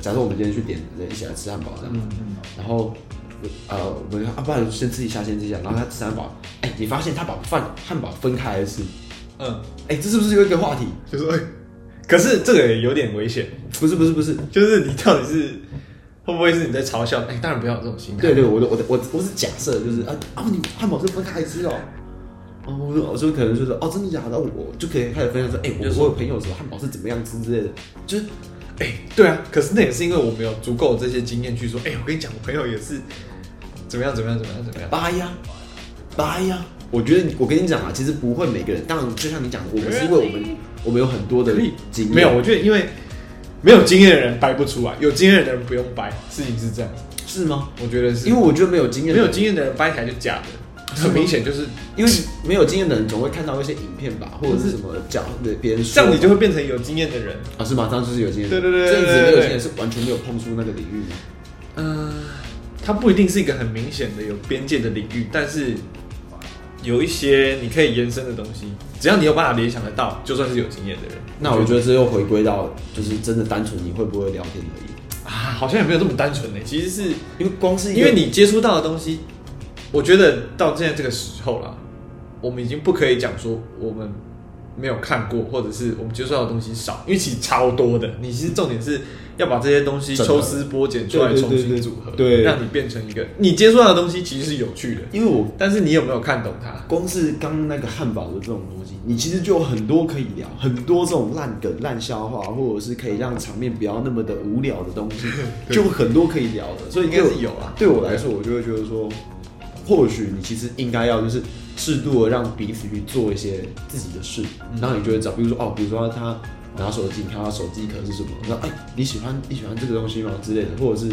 B: 假设我们今天去点一起来吃汉堡这样，然后呃，我们啊，不然先吃一下，先吃一下，然后他吃汉堡，哎、你发现他把饭汉堡分开来吃，
A: 嗯，
B: 哎、这是不是有一个话题？
A: 就是哎，可是这个也有点危险，
B: 不是不是不是，
A: 就是你到底是会不会是你在嘲笑？哎，当然不要有这种心态，
B: 对对，我的我的我我是假设，就是啊啊，你汉堡是分开吃哦。哦，我说我就可能就是哦，真的假的？我我就可以开始分享说，哎、我
A: 就是
B: 我有朋友什么汉堡是怎么样吃之类的，就是
A: 哎、对啊，可是那也是因为我没有足够的这些经验去说，哎、我跟你讲，我朋友也是怎么样怎么样怎么样怎么样。
B: 掰呀掰呀。我觉得你我跟你讲啊，其实不会每个人，当然就像你讲的，我们是因为我们我们有很多的
A: 可以
B: 经验，
A: 没有，我觉得因为没有经验的人掰不出来，有经验的人不用掰，事情是这样子。
B: 是吗？
A: 我觉得是，
B: 因为我觉得没有经验，
A: 没有经验的人掰起来就假的，很明显就是，
B: 因为没有经验的人总会看到一些影片吧，或者是什么讲对别人说
A: 这样你就
B: 嘛
A: 会变成有经验的人。
B: 啊是马上就是有经验，
A: 对对对对
B: 这样子
A: 对对
B: 没有
A: 对
B: 经验是完全没有碰触那个领域吗？
A: 嗯、它不一定是一个很明显的有边界的领域，但是有一些你可以延伸的东西，只要你有办法联想得到，就算是有经验的人。
B: 那我觉得这又回归到，就是真的单纯你会不会聊天而已。
A: 啊，好像也没有这么单纯呢、其实是
B: 因为光是一个
A: 因为你接触到的东西，我觉得到现在这个时候啦，我们已经不可以讲说我们没有看过，或者是我们接触到的东西少，因为其实超多的。你其实重点是要把这些东西
B: 整
A: 抽
B: 合
A: 丝剥茧出来，
B: 对对
A: 重
B: 对
A: 新
B: 对
A: 组合，
B: 对
A: 让你变成一个你接触到的东西其实是有趣的，
B: 因为我
A: 但是你有没有看懂它？
B: 光是刚刚那个汉堡的这种东西，你其实就有很多可以聊，很多这种烂梗、烂笑话，或者是可以让场面不要那么的无聊的东西，就有很多可以聊的。所以
A: 应该是
B: 对我
A: 有啊
B: 对我来说，我就会觉得说，或许你其实应该要就是适度的让彼此去做一些自己的事，
A: 嗯
B: 然后你就会找，比如说哦，比如说他拿手机，你看他手机壳是什么，然后哎你喜欢你喜欢这个东西吗之类的，或者是。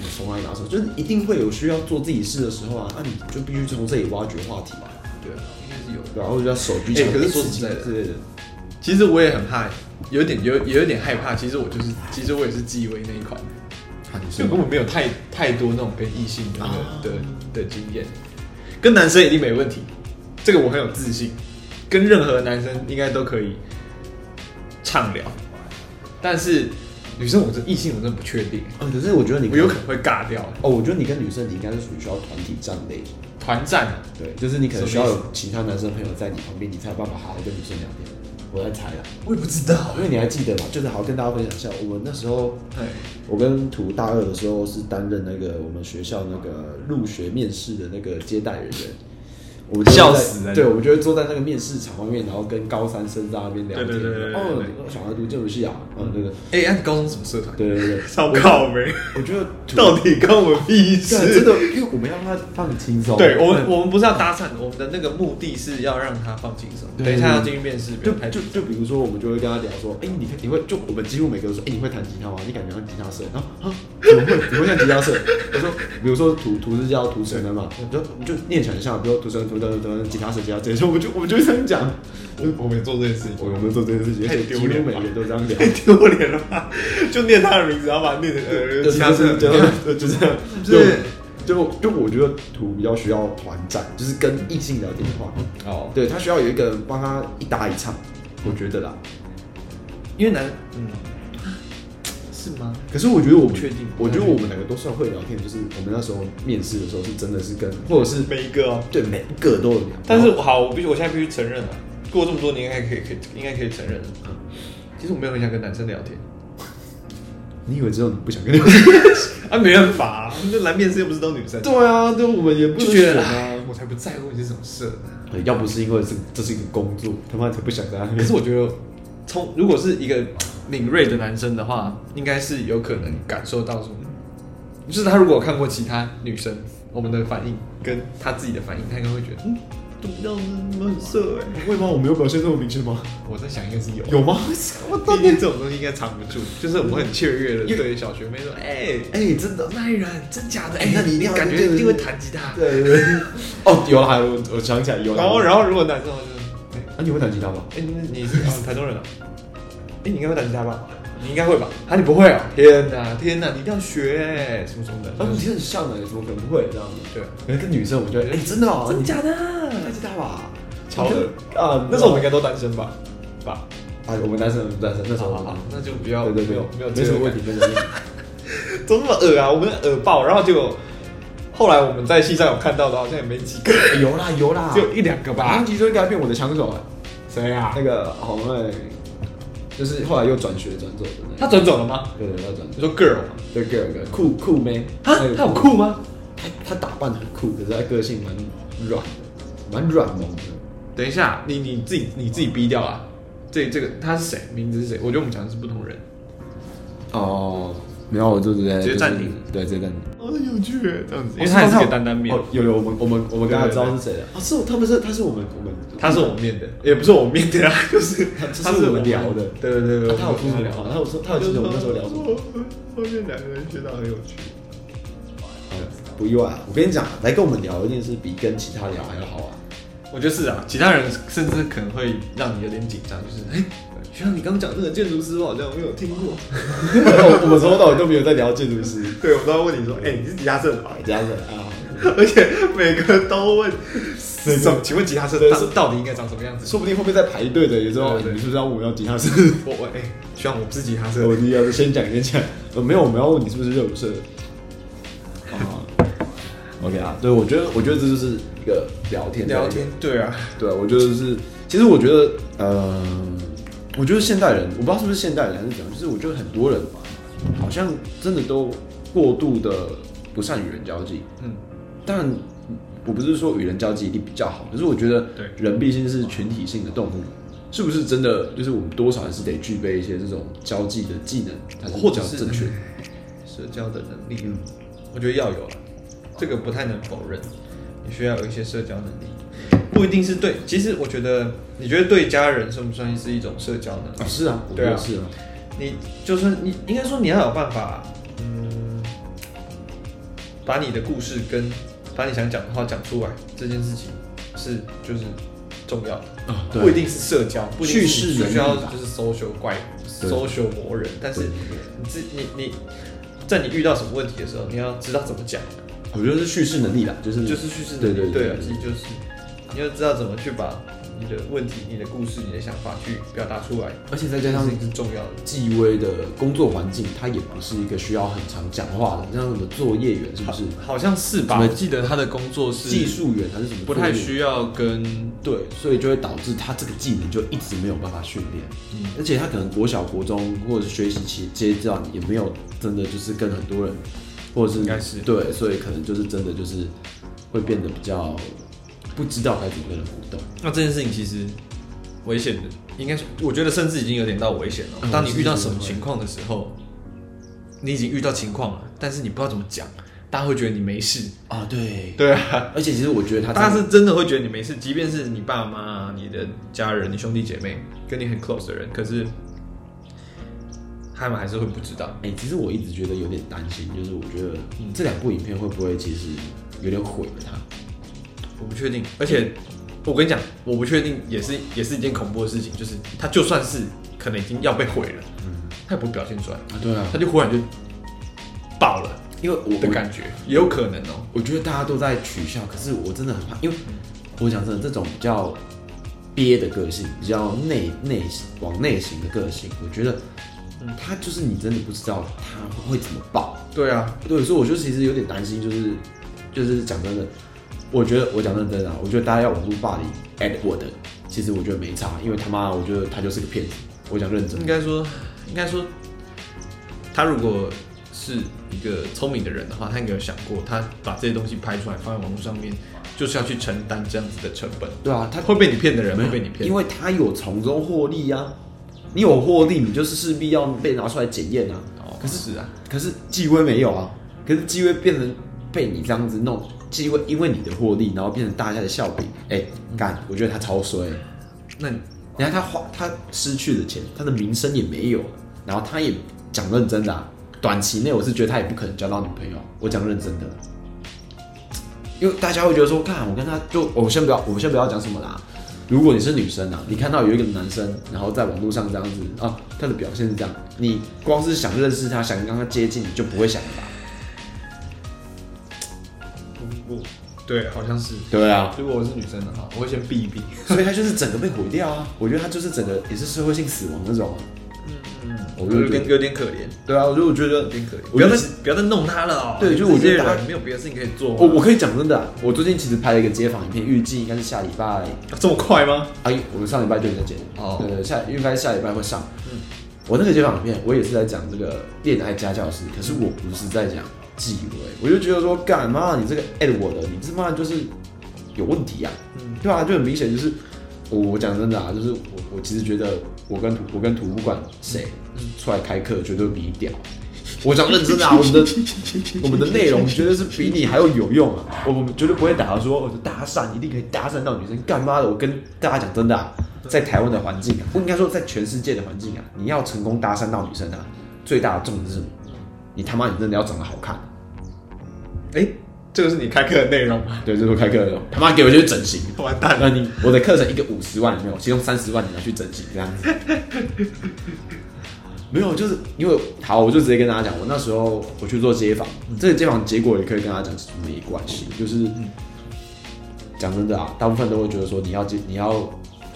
B: 你从哪里拿手？就是一定会有需要做自己事的时候啊，那、你就必须从这里挖掘话题嘛。
A: 对，应该是有的。
B: 然后就叫手机
A: 欸
B: 墙
A: 可是说
B: 刺激
A: 实在的
B: 之类的，
A: 其实我也很怕，有点有有一点害怕。其实我就是，其实我也是纪委那一款，
B: 看你
A: 就根本没有太太多那种跟异性的、那个的的经验。跟男生一定没问题，这个我很有自信，跟任何男生应该都可以畅聊。但是女生，我这异性我真的不确定，
B: 嗯，可是我觉得你
A: 我有可能会尬掉。
B: 哦，我觉得你跟女生你应该是属于需要团体战类的，
A: 团战
B: 对，就是你可能需
A: 什么
B: 要
A: 意思
B: 有其他男生朋友在你旁边，你才有办法好好跟女生聊天。我在猜啊，
A: 我也不知道
B: 因为你还记得嘛，就是好好跟大家分享一下，我们那时候
A: 哎，
B: 我跟图大二的时候是担任那个我们学校那个入学面试的那个接待人员，我们就会
A: 笑
B: 在
A: 死人
B: 对，我们就会坐在那个面试场外面，然后跟高三生在那边聊天。
A: 对对对对对
B: 哦
A: 对，
B: 小孩读建筑系啊，嗯，对对
A: 哎、那、你高中什么社团？
B: 对对对，
A: 超靠没，
B: 我觉得
A: [laughs]
B: 图
A: 到底关我们屁事？
B: 干真的，嗯因为我们要让他放轻松。
A: 对我们，我们不是要搭讪，我们的那个目的是要让他放轻松。
B: 对
A: 等一下要进去面试，不
B: 就
A: 要太
B: 就就比如说，我们就会跟他聊说，哎、你看你会就我们几乎每个都说，哎、你会弹吉他吗？你感觉像吉他社，然
A: [laughs]
B: 后啊，怎么会？怎么会像吉他社？我说，比如说图图是叫图神的嘛，你就你就念起来很像，比如说图神图神图神吉他社吉他社，所以我们就我们就会这样讲，
A: 我我没做这件事情
B: 我我们做这件事情，
A: 太
B: 而且
A: 丢
B: 几乎
A: 脸
B: 每
A: 了
B: 个人都这样聊。
A: [laughs] 丢脸了吧？就念他的名字，然后把他念成呃其他社
B: 就就就这样，
A: 是
B: 就就就我觉得图比较需要团战，就是跟异性聊天的话，
A: 哦，
B: 对他需要有一个人帮他一搭一唱，我觉得啦。
A: 因为男嗯是吗？
B: 可是我觉得我们
A: 确定
B: 我觉得我们两个都算会聊天，就是我们那时候面试的时候是真的是跟，或者是
A: 每一个哦，
B: 对每一个啊都有聊。
A: 但是
B: 然后
A: 我好，我必须我现在必须承认了，过这么多年应该可以可以应该可以承认了。
B: 嗯
A: 其实我没有很想跟男生聊天
B: 你以为只有你不想跟聊 [laughs] 天？
A: 啊，没办法、啊，那来面试又不是都女生，
B: 对啊，对，我们也不
A: 就觉得
B: 能选
A: 哎
B: 啊。
A: 我才不在乎你是什么社呢。
B: 对要不是因为这这是一个工作，他妈才不想在那
A: 可
B: 边
A: 是。我觉得，从如果是一个敏锐的男生的话，应该是有可能感受到什么，就是他如果有看过其他女生，我们的反应跟他自己的反应，他应该会觉得，嗯，怎么样，怎么很色哎、
B: 为吗？我没有表现这么明显 [laughs] 吗？
A: 我在想应该是有，
B: 有吗？我
A: 毕竟这种东西应该藏不住，就是我很雀跃的对小学妹说，哎、
B: 哎、真的，
A: 那一人真假的，哎、
B: 那你一定要
A: 感觉一定会弹吉他。
B: 对对啊对。 [laughs] 哦，有了，我我想起来有了。
A: 然后，然后如果男生我就，哎、
B: 啊，你会弹吉他吗？
A: 哎、你你是啊，台中人啊？哎、你应该会弹吉他吧？你应该会吧？啊，你不会啊？天哪，天哪，你一定要学哎、什么什么的。
B: 啊，你很像哎，怎么可能不会这样子？
A: 对，
B: 可能跟女生，我们就会哎、真的哦，
A: 真
B: 你
A: 假的？
B: 弹吉他吧？
A: 超恶
B: 啊！
A: 那时候我们应该都单身吧？吧？
B: 哎，我们男啊生不单身，那时
A: 好
B: 候
A: 好好，那嗯就不要，
B: 对对对，
A: 没有没有
B: 没什么问题，，没什么问题。
A: 怎么那么恶啊？我们恶爆，然后就后来我们在戏上有看到的，好像也没几个，
B: 哎 [laughs] 有啦有啦，
A: 只有一两个吧
B: 吧。。其实改变我的枪手哎，
A: 谁啊
B: 那个好妹，就是后来又转学转走的
A: 他
B: 那个，
A: 转走了吗？
B: 对对，要转
A: 你说 girl 吗？
B: 对，各有个酷酷妹，
A: 啊
B: 那，个
A: 他有酷吗？
B: 她她打扮很酷，可是她个性蛮软的，蛮软萌的。
A: 等一下，你你自己你自己逼掉啊。这这个他是谁？名字是谁？我觉得我们讲的是不同人。
B: 哦，没有，我就直接
A: 直接暂停，
B: 对，直接暂停。
A: 哦，有趣耶，这样子，因为他也是个担担面
B: 哦，，有有，我们我们我们
A: 对
B: 刚才
A: 对
B: 知道
A: 对
B: 是谁了啊？是我他们是他是我们我们啊
A: 他是我面的，也不是我面的啊， [laughs] 就是
B: 他这是
A: 他
B: 我们聊的
A: 对对对对，
B: 啊他有出什么聊？
A: 我们
B: 然后我说他有记得我们那时候聊什么？
A: 后面两个人学到很有趣，
B: 不意外啊！我跟你讲，来跟我们聊一定是比跟其他聊还要好玩。
A: 我觉得是啊，其他人甚至可能会让你有点紧张，就是哎，学长你刚刚讲那个建筑师，我好哦像没有
B: [laughs]
A: 听 [laughs] 过，
B: 我们从头到尾都没有在聊建筑师，
A: 对，我都要问你说，哎，你是吉他社的吧？
B: 这样子啊，
A: [laughs] 而且每个都问，
B: 每个
A: 什么？请问吉他社
B: 对
A: 到
B: 是
A: 到底应该长什么样子？
B: 说不定后面在排队的，有时候
A: 对对对
B: 你是不是要问我要吉他社？
A: 我我哎，希望我不是吉他社
B: 我，你要先讲先讲，呃，没有，我们要问你是不是热舞社。啊，OK 啊，对，我觉得，我觉得这就是一个聊天，
A: 聊天，对啊，
B: 对，我觉得是，其实我觉得，呃，我觉得现代人，我不知道是不是现代人还是怎样，就是我觉得很多人吧，好像真的都过度的不善与人交际。
A: 嗯，
B: 当然，我不是说与人交际一定比较好，可是我觉得
A: 对，
B: 人毕竟是群体性的动物，是不是真的就是我们多少还是得具备一些这种交际的技能，才
A: 或者
B: 较
A: 是嗯
B: 正确。
A: 社交的能力，我觉得要有了，这个不太能否认，你需要有一些社交能力，不一定是对。其实我觉得，你觉得对家人算不算是一种社交能力
B: 啊，？是啊，我觉
A: 对啊
B: 得是啊，
A: 你就是你，应该说你要有办法，嗯，把你的故事跟把你想讲的话讲出来，这件事情是就是重要的。
B: 啊
A: 不一定是社交，不一定是
B: 叙
A: 你
B: 事能
A: 需
B: 力
A: 要
B: 吧
A: 就是 social 怪
B: 对
A: social 魔人，但是
B: 对
A: 你自你你在你遇到什么问题的时候，你要知道怎么讲，
B: 我觉得是叙事能力啦，就是
A: 就是叙事
B: 嗯对
A: 能
B: 对
A: 力，对啊，其实就是你要知道怎么去把你的问题、你的故事、你的想法去表达出来，
B: 而且再
A: 这件
B: 加上
A: 事情是重要的。
B: 纪威的工作环境，它也不是一个需要很常讲话的，像什么作业员是不是？
A: 好像是吧？
B: 什
A: 我
B: 么
A: 记得他的工作是
B: 技术员还是什么？
A: 不太需要跟
B: 对，所以就会导致他这个技能就一直没有办法训练，
A: 嗯
B: 而且他可能国小、国中或者是学习期阶段也没有真的就是跟很多人，或者是
A: 应该是
B: 对，所以可能就是真的就是会变得比较不知道该怎么跟人互动。
A: 那这件事情其实危险的，应该是我觉得甚至已经有点到危险了。
B: 嗯
A: 当你遇到什么情况的时候，你已经遇到情况了，但是你不知道怎么讲，大家会觉得你没事。
B: 啊，对，
A: 对啊，
B: 而且其实我觉得他
A: 大家是真的会觉得你没事，即便是你爸妈、你的家人、你兄弟姐妹跟你很 close 的人，可是他们还是会不知道。
B: 哎、其实我一直觉得有点担心，就是我觉得这两部影片会不会其实有点毁了他？
A: 我不确定，而且我跟你讲，我不确定也是也是一件恐怖的事情，就是他就算是可能已经要被毁了，他也不会表现出来。
B: 啊，对啊，
A: 他就忽然就爆了
B: [laughs] 因为我
A: 的
B: 我
A: 感觉，也有可能哦、
B: 我觉得大家都在取笑，可是我真的很怕，因为我讲真的，这种比较憋的个性，比较内内往内型的个性，我觉得他就是你真的不知道他会怎么爆。
A: 对啊，
B: 对，所以我就其实有点担心，就是就是讲真的，我觉得我讲认真的啊，我觉得大家要网络霸凌 at 我的，其实我觉得没差，因为他妈我觉得他就是个骗子，我讲认真
A: 应。该说，应该说，他如果是一个聪明的人的话，他应该有想过，他把这些东西拍出来放在网络上面，就是要去承担这样子的成本。
B: 对啊，他
A: 会被你骗的人
B: 没
A: 会
B: 有
A: 被你骗，
B: 因
A: 为
B: 为他有从中获利啊。你有获利，你就是势必要被拿出来检验啊。
A: 哦，
B: 可是
A: 是啊，
B: 可是纪威没有啊，可是纪威变成被你这样子弄，纪威因为你的获利，然后变成大家的笑柄。哎、干，我觉得他超衰。
A: 那你
B: 你看他花他失去的钱，他的名声也没有，然后他也讲认真的、啊，短期内我是觉得他也不可能交到女朋友，我讲认真的，啊因为大家会觉得说，看我跟他就我先不要，我们先不要讲什么啦。如果你是女生啊，你看到有一个男生，然后在网络上这样子啊，他的表现是这样，你光是想认识他，想跟他接近，你就不会想了吧？
A: 我我对，好像是。
B: 对啊，
A: 如果我是女生的话，我会先避一避。
B: 所以他就是整个被毁掉啊！我觉得他就是整个也是社会性死亡那种啊。嗯嗯，我
A: 有
B: 就觉
A: 点
B: 得
A: 有点可怜，
B: 对啊，我就觉得
A: 有点可怜。
B: 我
A: 不
B: 觉
A: 要
B: 得
A: 再不要再弄他了哦。
B: 对就是我觉
A: 这
B: 得
A: 些人
B: 大家
A: 没有别的事情可以做啊。
B: 我我可以讲真的啊、我最近其实拍了一个街访影片，预计应该是下礼拜，
A: 这么快吗？ [laughs]
B: 哎，我们上礼拜就已经在剪了，
A: 哦
B: 对对，下应该下礼拜会上。我那个街访影片，我也是在讲这个恋爱家教室，可是我不是在讲纪委，我就觉得说，干嘛你这个艾特我的，你这妈就是有问题啊，对啊，就很明显就是，我我讲真的啊，就是我我其实觉得我跟图我跟图书馆谁出来开课绝对比你屌，我讲认真的啊，我们的
A: [laughs]
B: 我们的内容绝对是比你还要有用啊！我们绝对不会打到说我哦搭讪一定可以搭讪到女生，干妈的！我跟大家讲真的、啊，在台湾的环境啊，不应该说在全世界的环境啊，你要成功搭讪到女生啊，最大的重点是什么？你他妈你真的要长得好看，
A: 哎、这个是你开课的内容吗？
B: 对，这是我开课的，他妈给我去整形。
A: 完蛋
B: 那
A: 了，
B: 你我的课程一个五十万里面，我其中三十万你拿去整形这样子。 [laughs] 没有，就是因为好，我就直接跟大家讲，我那时候我去做街访，这个街访结果也可以跟大家讲没关系，就是讲真的啊，大部分都会觉得说你要接你要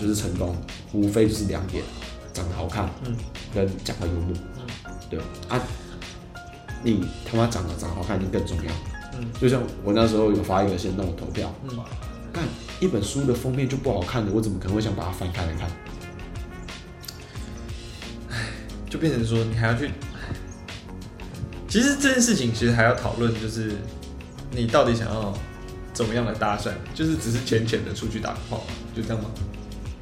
B: 就是成功，无非就是两点，长得好看，嗯，跟讲话幽默，对啊，你他妈长得长得好看就更重要，嗯，就像我那时候有发一个先动投票，嗯，看一本书的封面就不好看的，我怎么可能会想把它翻开来看？
A: 就变成说你还要去。其实这件事情其实还要讨论，就是你到底想要怎么样的搭讪，就是只是浅浅的出去打个炮嘛，就这样吗？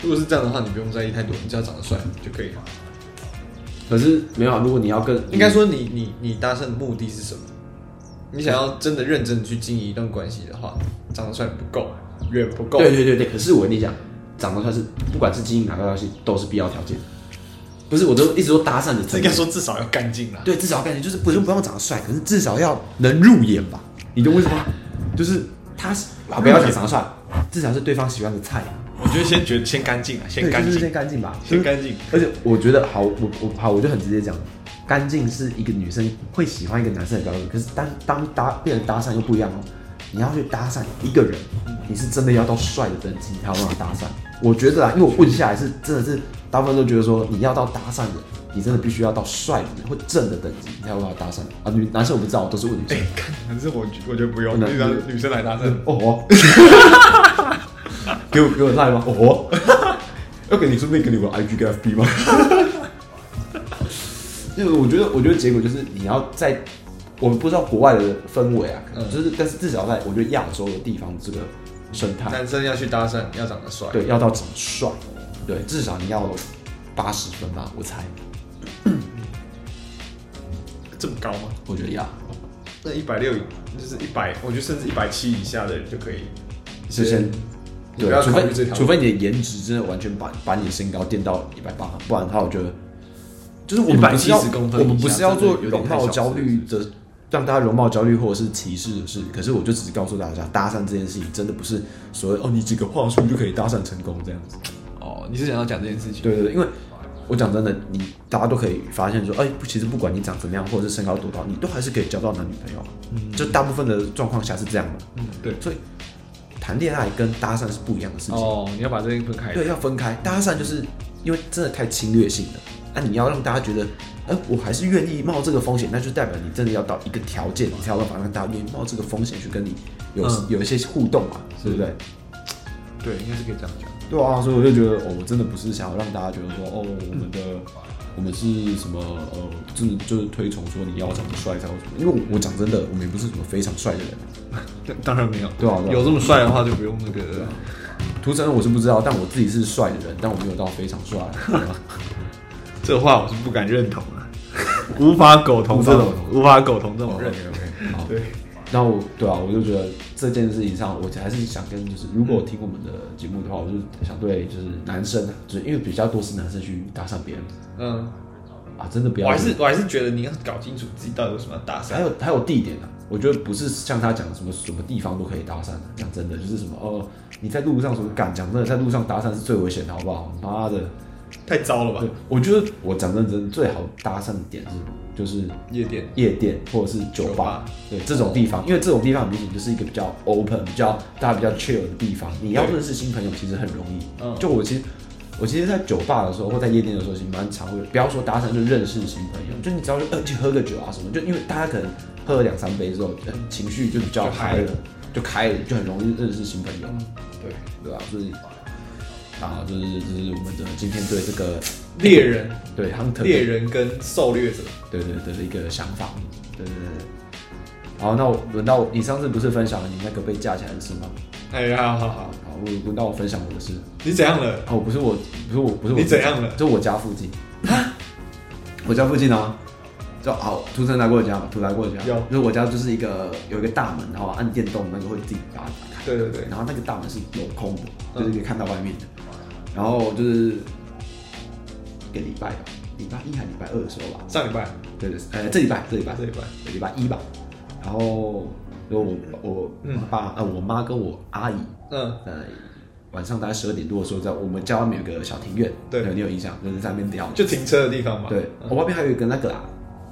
A: 如果是这样的话，你不用在意太多，你只要长得帅就可以了。
B: 可是没有啊，如果你要更
A: 应该说你你你搭讪的目的是什么？你想要真的认真地去经营一段关系的话，长得帅不够，远不够。啊
B: 对对对对，可是我跟你讲，长得帅是不管是经营哪个关系都是必要条件，不是我都一直都搭讪的
A: 这
B: 层
A: 应该
B: 面。
A: 说至少要干净啦。
B: 对，至少要感觉就是不用不用长得帅， [laughs] 可是至少要能入眼吧？你懂为什么？ [laughs] 就是他是啊不要讲长得帅，至少是对方喜欢的菜，啊
A: 我觉得先觉得先干净啊，先
B: 对
A: 干
B: 就是
A: 净
B: 先，干净吧，
A: 先干净。
B: 而且我觉得好，我我好，我就很直接讲，干净是一个女生会喜欢一个男生的标准。可是当当搭变成搭讪又不一样哦，你要去搭讪一个人，你是真的要到帅的等级，你才有办法搭讪。我觉得啊，因为我问下来是真的是大部分都觉得说，你要到搭讪的，你真的必须要到帅的或正的等级，你才有办法搭讪啊。女男生我不知道，我都是问女
A: 哎
B: 生。、
A: 看，可是我我觉得不用，
B: 不能
A: 就让女生来搭讪。
B: 哦 [laughs] 哦，给我给我 [laughs] 赖吗？哦哦，要给你顺便给你我 IG 跟 FB 吗？ [laughs] 就是我觉得，我觉得结果就是你要在，我们不知道国外的氛围啊，
A: 嗯
B: 就是但是至少在我觉得亚洲的地方这个生态，
A: [laughs] 男生要去搭讪，要长得帅。
B: 对，要到长帅，对，至少你要八十分吧，我猜，
A: 这么高吗？
B: 我觉得要，
A: 那一百六就是一百，我觉得甚至一百七以下的人就可以。
B: 首先。
A: 你
B: 对
A: 不要，
B: 除
A: 考虑这
B: 非
A: 条路
B: 除非你的颜值真的完全把把你的身高垫到一百八，不然的话，我觉得就是我们不是要
A: 170公分以下
B: 我们不是要做
A: 真的有点
B: 容
A: 太小
B: 貌焦虑的，让大家容貌焦虑或者是歧视的事。可是我就只是告诉大家，搭讪这件事情真的不是所谓哦，你几个话术就可以搭讪成功
A: [laughs]
B: 这样子。
A: 哦，你是想要讲这件事情？
B: 对对对，因为我讲真的，你大家都可以发现说，哎、其实不管你长怎么样，或者是身高多高，你都还是可以交到男女朋友。嗯，就大部分的状况下是这样的。
A: 嗯，对。
B: 所以谈恋爱跟搭讪是不一样的事情。
A: 哦，你要把这个分开。
B: 对，要分开。搭讪就是因为真的太侵略性了，那、你要让大家觉得，哎、我还是愿意冒这个风险，那就代表你真的要到一个条件，你才有办法让大家愿意冒这个风险去跟你有、
A: 嗯
B: 有一些互动嘛，对不对？
A: 对，应该是可以这样讲。
B: 对啊，所以我就觉得，哦，我真的不是想要让大家觉得说，哦，我们的、我们是什么，呃，真的就是推崇说你要长得帅才有什么，因为我我讲真的，我们也不是什么非常帅的人。啊 [laughs]
A: 对，当然没有。
B: 对啊对啊啊
A: 有这么帅的话就不用那个了。
B: 涂成我是不知道，但我自己是帅的人，但我没有到非常帅。
A: 这话我是不敢认同啊， [laughs] 无法苟同这种，无法苟同这种认
B: 哦
A: 同。
B: 好
A: 对，
B: 那我对啊，我就觉得这件事情上，我还是想跟就是，如果我听我们的节目的话，我就想对就是男生啊，就是因为比较多是男生去搭讪别人
A: 嗯，
B: 啊，真的不要。
A: 我还是我还是觉得你要搞清楚自己到底为什么要搭
B: 还
A: 讪。
B: 有还有地点啊，我觉得不是像他讲的什么什么地方都可以搭讪、啊，讲真的就是什么哦，你在路上什么敢讲真的，在路上搭讪是最危险的，好不好？妈的！
A: 太糟了吧
B: 对？，我觉得我讲认真，最好搭讪的点是就是
A: 夜店
B: 夜店或者是酒
A: 酒
B: 吧，
A: 吧
B: 对这种地方，因为这种地方很明显就是一个比较 open、比较大家比较 chill 的地方。你要
A: 对
B: 认识新朋友其实很容易。
A: 嗯
B: 就我其实我其实，在酒吧的时候或在夜店的时候，其实蛮常会，不要说搭讪，就认识新朋友。就你只要呃去喝个酒啊什么，就因为大家可能喝了两三杯之后，呃情绪就比较
A: 就嗨
B: 嗨
A: 了嗯
B: 了，就开了，就很容易认识新朋友。
A: 对，
B: 对吧、所以，啊，就是就是我们的今天对这个
A: 猎人、
B: 对 hunter
A: 猎人跟狩猎者，
B: 对对对的一个想法，对对对。好，那我轮到我，你上次不是分享了你那个被架起来的事吗？
A: 哎呀，好好好，
B: 好，我轮到我分享我的事。
A: 你怎样了？
B: 哦，不是我，不是我，不是我，
A: 你怎样了
B: 就我家附近。我家附近啊，就好，涂生来过我家吗？涂来过我家。
A: 有
B: 就是我家就是一个有一个大门，然后按电动那个会自己把它打开。
A: 对对对，
B: 然后那个大门是镂空的，
A: 嗯
B: 就是可以看到外面的。然后就是一个礼拜吧，礼拜一还礼拜二的时候吧，
A: 上礼拜，
B: 对对，呃，这礼拜这礼拜
A: 这礼拜，
B: 礼拜一吧。然后，然后我我
A: 嗯
B: 爸、呃我妈跟我阿姨，
A: 嗯
B: 呃，晚上大概十二点多的时候，在我们家外面有个小庭院，
A: 对
B: 你有印象，有人在那边聊，
A: 就停车的地方嘛。
B: 对，
A: 嗯
B: 我外面还有一个那个啦，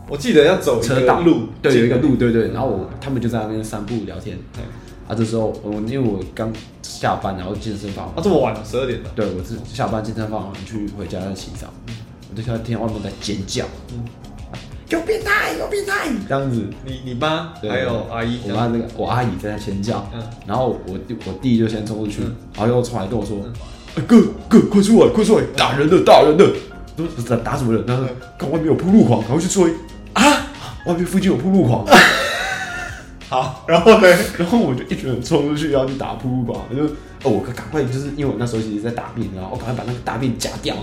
A: 我记得要走一
B: 车
A: 个
B: 道
A: 路，
B: 对，有一个路，对对。
A: 嗯
B: 然后我他们就在那边散步聊天。
A: 对
B: 啊，这时候我因为我刚下班，然后健身房，
A: 啊，这么晚了，十二点了，
B: 对我是下班健身房去回家再洗澡，
A: 嗯
B: 我就听到外面在尖叫，有变态，有变态，这样子。
A: 你你妈
B: 对
A: 还有阿姨，
B: 我妈那个我阿姨在那尖叫，
A: 嗯
B: 然后我弟我弟就先冲出去，
A: 嗯
B: 然后又冲来跟我说：“哎哥哥，快出来，快出来，打人了，打人了！”我说打打什么人？然后
A: 嗯
B: 说看外面有铺路狂，赶快去追啊！外面附近有铺路狂，
A: 好，然后呢？
B: 然后我就一群人冲出去要去打扑噜吧，我就哦，我赶快就是因为我那时候其实在大便，然后我赶快把那个大便夹掉， [laughs]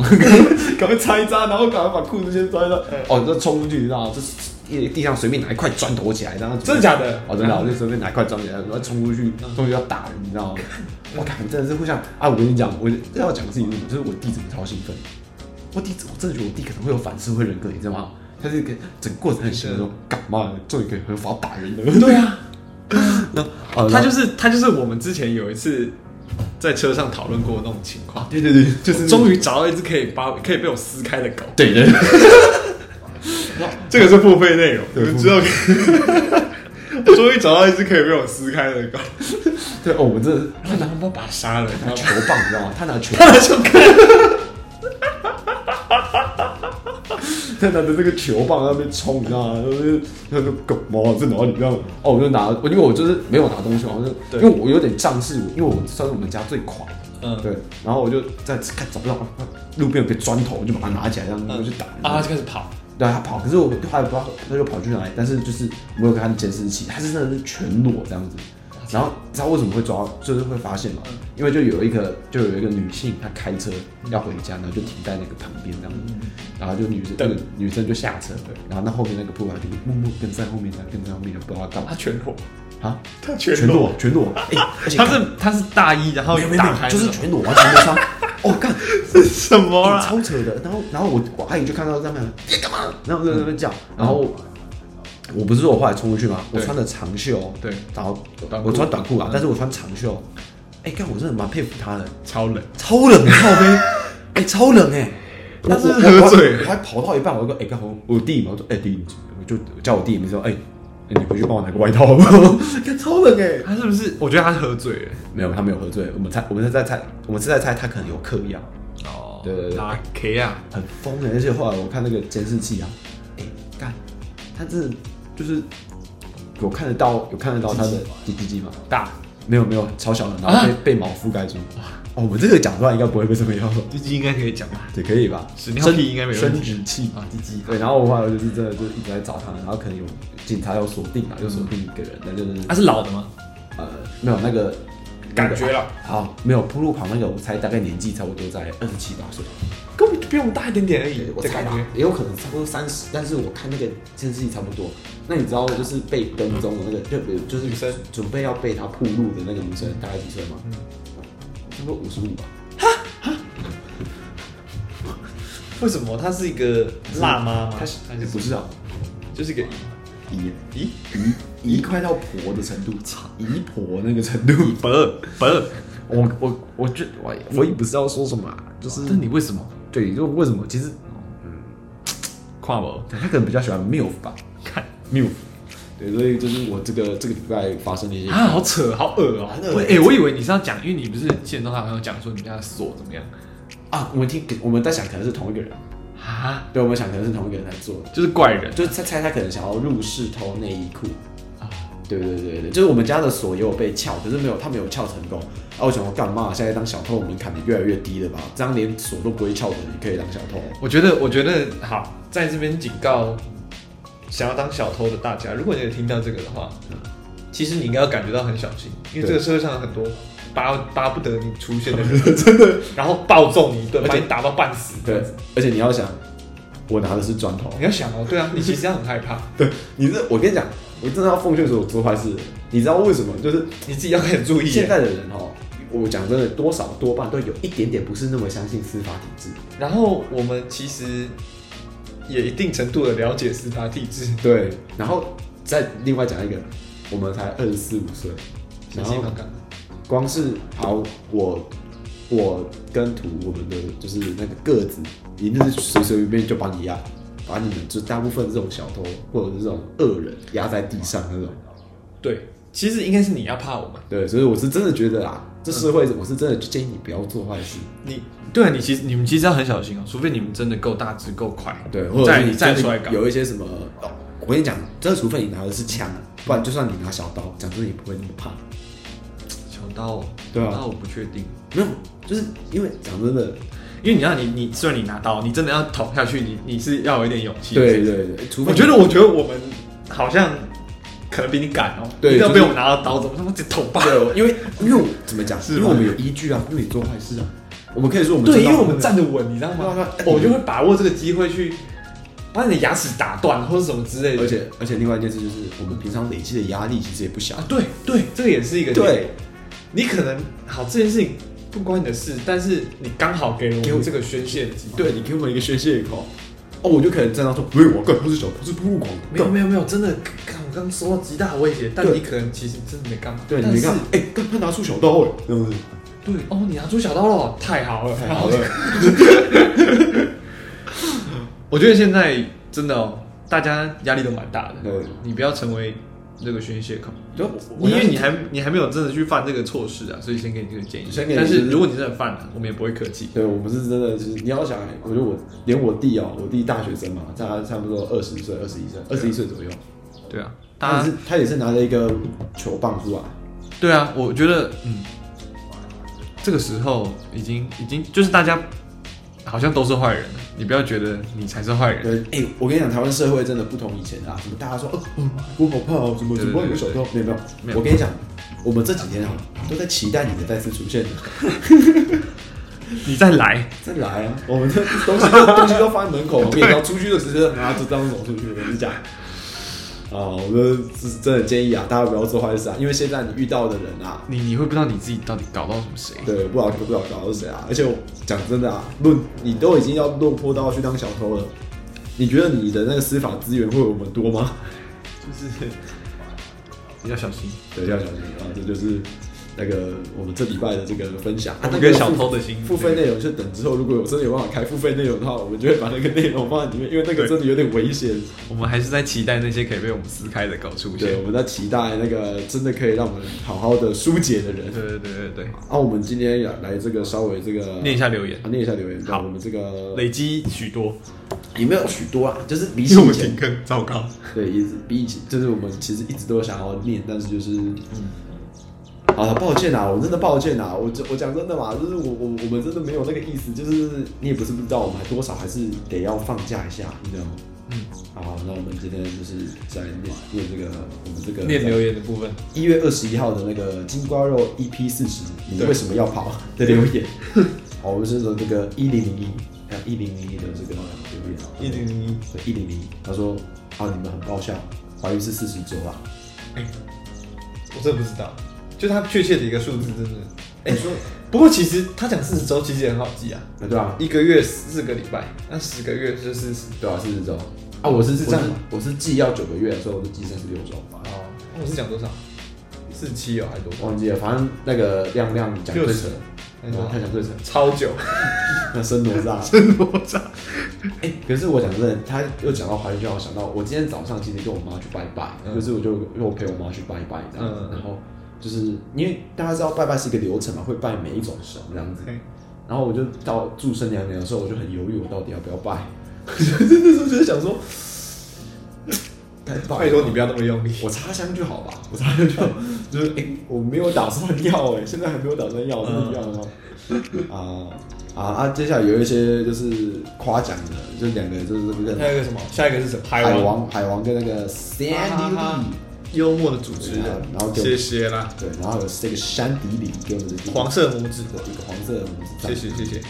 B: 赶快擦一擦，然后赶快把裤子先穿上，
A: 嗯
B: 哦，就冲出去，你知道吗？就是地地上随便拿一块砖头起来，然后
A: 真的假的
B: 哦，真的，我就随便拿一块砖起来，然后冲出去，冲出去要打人，你知道吗？我感真的是会像啊！我跟你讲，我要讲的事情是什么？就是我弟怎么超兴奋，我弟我真的觉得我弟可能会有反社会人格，你知道吗？他是一个整个过程很喜欢说，干嘛做一个合法打人的？
A: 对
B: [laughs]
A: 啊，
B: 哦
A: 他
B: 然后
A: 就是他就是我们之前有一次在车上讨论过的那种情况，
B: 对对对，就是
A: 终于找到一只可以把可以被我撕开的狗，
B: 对对对，
A: 这个是付费内容，你
B: 对
A: 们知道。 [laughs] 我终于找到一只可以被我撕开的狗，
B: 对哦，我真的是
A: 他拿包把它杀了，然 [laughs]
B: 拿
A: 后
B: 球棒，你知道吗？他拿球，
A: 他就看，
B: 他拿着那个球棒在那边冲，你知道吗？就是那个狗毛在哪里，你知道吗？哦，我就拿，我因为我就是没有拿东西嘛，我就
A: 对
B: 因为我有点仗势，因为我算是我们家最快，
A: 嗯
B: 对，然后我就在看找不到路边有个砖头，我就把它拿起来，然后我就打人，
A: 啊，他就开始跑，
B: 对他跑，可是我后来不知道他就跑去哪里，但是就是我有看他的监视器，他是真的是全裸这样子。然后你知道为什么会抓，就是会发现嘛？因为就有一个就有一个女性，她开车要回家，然后就停在那个旁边这样子，然后就女生，那个女生就下车，然后那后面那个破坏就默默跟在后面，跟在后面，不知道干嘛
A: 他全裸，
B: 啊，
A: 他
B: 全
A: 全裸
B: 裸，全裸，哎，而且
A: 他是他是大一，然后
B: 没有没有
A: 打
B: 没有，
A: 开
B: 就是
A: 那种
B: 全裸完全没穿，哦干，
A: 是什么啊
B: 欸
A: 啦？
B: 超扯的。然后然后我我阿姨就看到在那边，你干嘛？然后在那边叫，然后。我不是说我后来冲出去吗？我
A: 嗯对
B: 穿的长袖，
A: 对
B: 然后
A: 短裤
B: 我穿短裤啊
A: 嗯，
B: 但是我穿长袖。哎，看我真的蛮佩服他的，
A: 超冷，
B: 超冷的靠背，哎，超冷哎。但是
A: 我喝醉了
B: 我还我还跑到一半，我就说，哎，刚好我弟嘛，我说，哎弟，你我就我叫我弟名字说，哎，哎你回去帮我拿个外套好
A: [laughs]
B: 不好？看超冷哎。
A: 他是不是？我觉得他是喝醉了。
B: 没有，他没有喝醉，我们猜，我们是在猜，我们是在猜他可能有嗑药。
A: 哦
B: 对对对
A: 拿 K 啊，
B: 很疯的，而且后来我看那个监视器啊，哎、干，他真的就是有看得到，有看得到他的鸡鸡鸡吗？
A: 大
B: 没有没有，超小的，
A: 啊
B: 然后被、被毛覆盖住。哦，我们这个讲出来应该不会被怎么样，
A: 鸡鸡应该可以讲吧？
B: [laughs] 对，可以吧？
A: 屎尿屁应该没问
B: 生
A: 题
B: 殖器
A: 啊，鸡鸡
B: 对，然后我后来就是真的就一直在找他，然后可能有警察有锁定啊，有锁定一个人，那就是
A: 啊他是老的吗？
B: 呃没有那个啊
A: 感觉了。
B: 好，没有铺路狂那个，我猜大概年纪差不多在二十七八岁。
A: 根本就比我们大一点点而已
B: 对，我
A: 的
B: 猜
A: 感
B: 啦
A: 觉。，
B: 也有可能差不多三十，但是我看那个监视器差不多。那你知道就是被跟踪的那个，就比如就是
A: 女生
B: 准备要被他铺路的那个女生，大概几岁吗？差不多五十五吧。
A: 为什么她是一个辣妈吗？
B: 她是她不是啊，
A: 就是一个
B: 姨
A: 咦
B: 姨姨快到婆的程度，姨婆那个程度。
A: 伯伯，
B: 我我我这我 [laughs] 我也不知道说什么、啊，就是
A: 那哦你为什么嗯
B: 对，就为什么？其实
A: 跨博？
B: 他可能比较喜欢 milf 吧
A: 看
B: ，milf。对，所以就是我这个这个礼拜发生的一些
A: 啊，好扯，好恶哦
B: 很！恶
A: 我哎，我以为你是要讲，因为你不是见到他好像讲说你们家的锁怎么样
B: 啊，我们听我们在想可能是同一个人，
A: 啊？
B: 对，我们想可能是同一个人在做的，
A: 就是怪人
B: 就是猜猜他可能想要入室偷内衣裤。
A: 啊，
B: 对对对对，就是我们家的锁也有被撬，可是没有他没有撬成功。啊，我想说干嘛？现在当小偷门槛的越来越低了吧？这样连锁都不会撬的，你可以当小偷。
A: 我觉得，我觉得好，在这边警告想要当小偷的大家，如果你有听到这个的话，其实你应该要感觉到很小心，因为
B: 对
A: 这个社会上有很多巴巴不得你出现的
B: [laughs]
A: 人，真的，然后暴揍你一顿，
B: 而且
A: 把你打到半死。
B: 对，而且你要想，我拿的是砖头。
A: 你要想哦，对啊，你其实要很害怕，
B: 对，你这我跟你讲，我真的要奉劝所有做坏事的人，你知道为什么？就是
A: 你自己要很注意耶。
B: 现在的人哦，我讲真的，多少多半都有一点点不是那么相信司法体制。
A: 然后我们其实也一定程度的了解司法体制，
B: 对，然后再另外讲一个，我们才二十四五岁，
A: 小
B: 然
A: 心
B: 后
A: 刚刚。
B: 光是好，我我跟图我们的就是那个个子，一定是随随便便就把你压，把你们就大部分这种小偷或者是这种恶人压在地上那种。
A: 对，其实应该是你要怕我们，
B: 对，所以我是真的觉得啊，这社会我是真的建议你不要做坏事，
A: 你对啊，你其实你们其实要很小心哦，除非你们真的够大只够快，
B: 对，或者
A: 再
B: 是你
A: 再
B: 真的
A: 出来搞，
B: 有一些什么，哦、我跟你讲，真的除非你拿的是枪，啊不然就算你拿小刀，讲真的也不会那么怕。
A: 小刀哦，
B: 对
A: 小
B: 啊
A: 刀我不确定，
B: 没有，就是因为讲真的，
A: 因为你知道你你虽然你拿刀，你真的要捅下去，你你是要有一点勇气，
B: 对对对，除
A: 我
B: 非你
A: 觉得，我觉得我们好像可能比你敢哦。
B: 对
A: 一定要
B: 就是
A: 被我们拿到刀，怎么他妈直接捅爆？
B: 对，因为因为我怎么讲，
A: 是
B: 因为
A: 吧
B: 我们有依据啊，因为你做坏事啊，我们可以啊说我们
A: 对，
B: 知
A: 因
B: 道
A: 为我们站得稳，你知道
B: 对
A: 吗哦
B: 啊？对啊
A: 我就会把握这个机会去把你的牙齿打断，或者什么之类的。
B: 而且而且另外一件事就是，我们平常累积的压力其实也不小
A: 啊，。对对，这个也是一个
B: 对，
A: 你可能好这件事情不关你的事，但是你刚好给了
B: 给
A: 我
B: 我
A: 们这个宣泄的机会。
B: 对你给我们一个宣泄口，哦，我就可能站到说，不是我干，他是小，他是不入狂，
A: 没有
B: 干
A: 没有没有，真的，看我刚受到极大的威胁，但
B: 对
A: 你可能其实真的没干嘛。
B: 对，
A: 但
B: 你没看
A: 是，
B: 哎，干他拿出小刀哎，这样子，
A: 对哦，你拿出小刀了，太好了，太
B: 好 [laughs] 了。
A: 我觉得现在真的哦，大家压力都蛮大的。
B: 对
A: 你不要成为这个宣泄口，
B: 就
A: 因为你还你还没有真的去犯这个错事啊，所以先给你这个建议。
B: 先给你
A: 但
B: 就是是
A: 如果你真的犯了，我们也不会客气。
B: 对我们是真的，就是你要想，哎我觉得我连我弟哦、我弟大学生嘛，他差不多二十岁、二十一岁、二十一岁左右，
A: 对啊，大
B: 他也
A: 家
B: 是他也是拿着一个球棒出来，
A: 对啊，我觉得嗯，这个时候已经已经就是大家好像都是坏人了，你不要觉得你才是坏人。
B: 对，哎、我跟你讲，台湾社会真的不同以前啊，什么大家说，哦，哦我好怕哦，什么
A: 对
B: 怎
A: 对
B: 么会有小偷？没有没有，
A: 没有
B: 我跟你讲，我们这几天啊，都在期待你的再次出现， [laughs]
A: 你再来，
B: 再来啊，我们这东西都 [laughs] 东西都放在门口，我们也要出去就直接 [laughs] 拿着这样走出去，我跟你 [laughs] 讲。啊，我们是真的建议啊，大家不要做坏事啊，因为现在你遇到的人啊，
A: 你你会不知道你自己到底搞到什么谁。
B: 对，不知道不知道搞到谁啊！而且我讲真的啊，论你都已经要落魄到去当小偷了，你觉得你的那个司法资源会有我们多吗？
A: 就是 [laughs] 要小心，
B: 对，要小心啊！这就是那个我们这礼拜的这个分享。
A: 我们
B: 那
A: 跟
B: 个
A: 小
B: 付
A: 偷的心
B: 付费内容就等之后，如果有真的有办法开付费内容的话，我们就会把那个内容放在里面，因为那个真的有点危险。
A: 我们还是在期待那些可以被我们撕开的狗出现
B: 对，。我们在期待那个真的可以让我们好好的疏解的人。
A: 对对对对对，
B: 啊，我们今天来来这个稍微这个
A: 念一下留言
B: 啊，念一下留言。
A: 好
B: 我们这个
A: 累积许多，
B: 也没有许多啊，
A: [laughs]
B: 就是比
A: 因
B: 起
A: 为我
B: 以
A: 们
B: 前
A: 停更，糟糕。
B: 对，一直比以前，就是我们其实一直都想要念，但是就是，
A: 嗯
B: 好了，抱歉啊，我真的抱歉啊，我这我讲真的嘛，就是我我我们真的没有那个意思，就是你也不是不知道，我们还多少还是得要放假一下，你知道吗？
A: 嗯，
B: 好，那我们今天就是在念念这个我们这个
A: 念留言的部分，
B: 一月二十一号的那个金瓜肉 EP 四十，你
A: 对
B: 为什么要跑的留言？ [laughs] 好，我们是从这个一零零一啊一零零一的这个留言，啊
A: 零一，
B: 一零零，他说啊，你们很爆笑，怀孕是四十周啊。
A: 哎我真的不知道，就他确切的一个数字，真的。哎、
B: 说，
A: 不过其实他讲四十周，其实也很好记啊，
B: 啊对啊，
A: 一个月四个礼拜，那十个月就是40
B: 对啊，四十周啊，我是
A: 是
B: 是
A: 这
B: 这
A: 样
B: 样
A: 吗，
B: 我是记要九个月，所以我就记三十六周，
A: 哦，那我是讲多少？四七哦，还多少？
B: 忘记了，反正那个亮亮讲最
A: 60
B: 扯，
A: 那你说
B: 哦他
A: [laughs]
B: 讲最扯，
A: 超久，
B: 那生哪
A: [laughs]
B: 吒。
A: 真多少？
B: 哎、可是我讲真的，他又讲到怀孕，就让我想到我今天早上其实跟我妈去拜拜，
A: 嗯
B: 就是我就因为我陪我妈去拜拜这样子，
A: 嗯嗯嗯
B: 然后就是因为大家知道拜拜是一个流程嘛，会拜每一种神这样子，然后我就到祝生娘娘的时候，我就很犹豫，我到底要不要拜，就是那时候就是想说，该拜
A: 拜托你不要那么用力。
B: 我插香就好吧，我插香就好，就是哎、我没有打算要哎、现在还没有打算要，真的要吗？ [laughs] 啊啊啊！接下来有一些就是夸奖的，就是两个就是这
A: 还有
B: 个
A: 一个什么？下一个是什么？海
B: 海王海王跟那个 Sandy
A: 啊
B: Lee，
A: 幽默的主持
B: 对
A: 人
B: 啊，然后给我
A: 谢谢啦，
B: 对，然后有这个山迪里给我们的一个
A: 黄色拇指，
B: 一个黄色的拇
A: 谢
B: 指，
A: 谢，谢谢。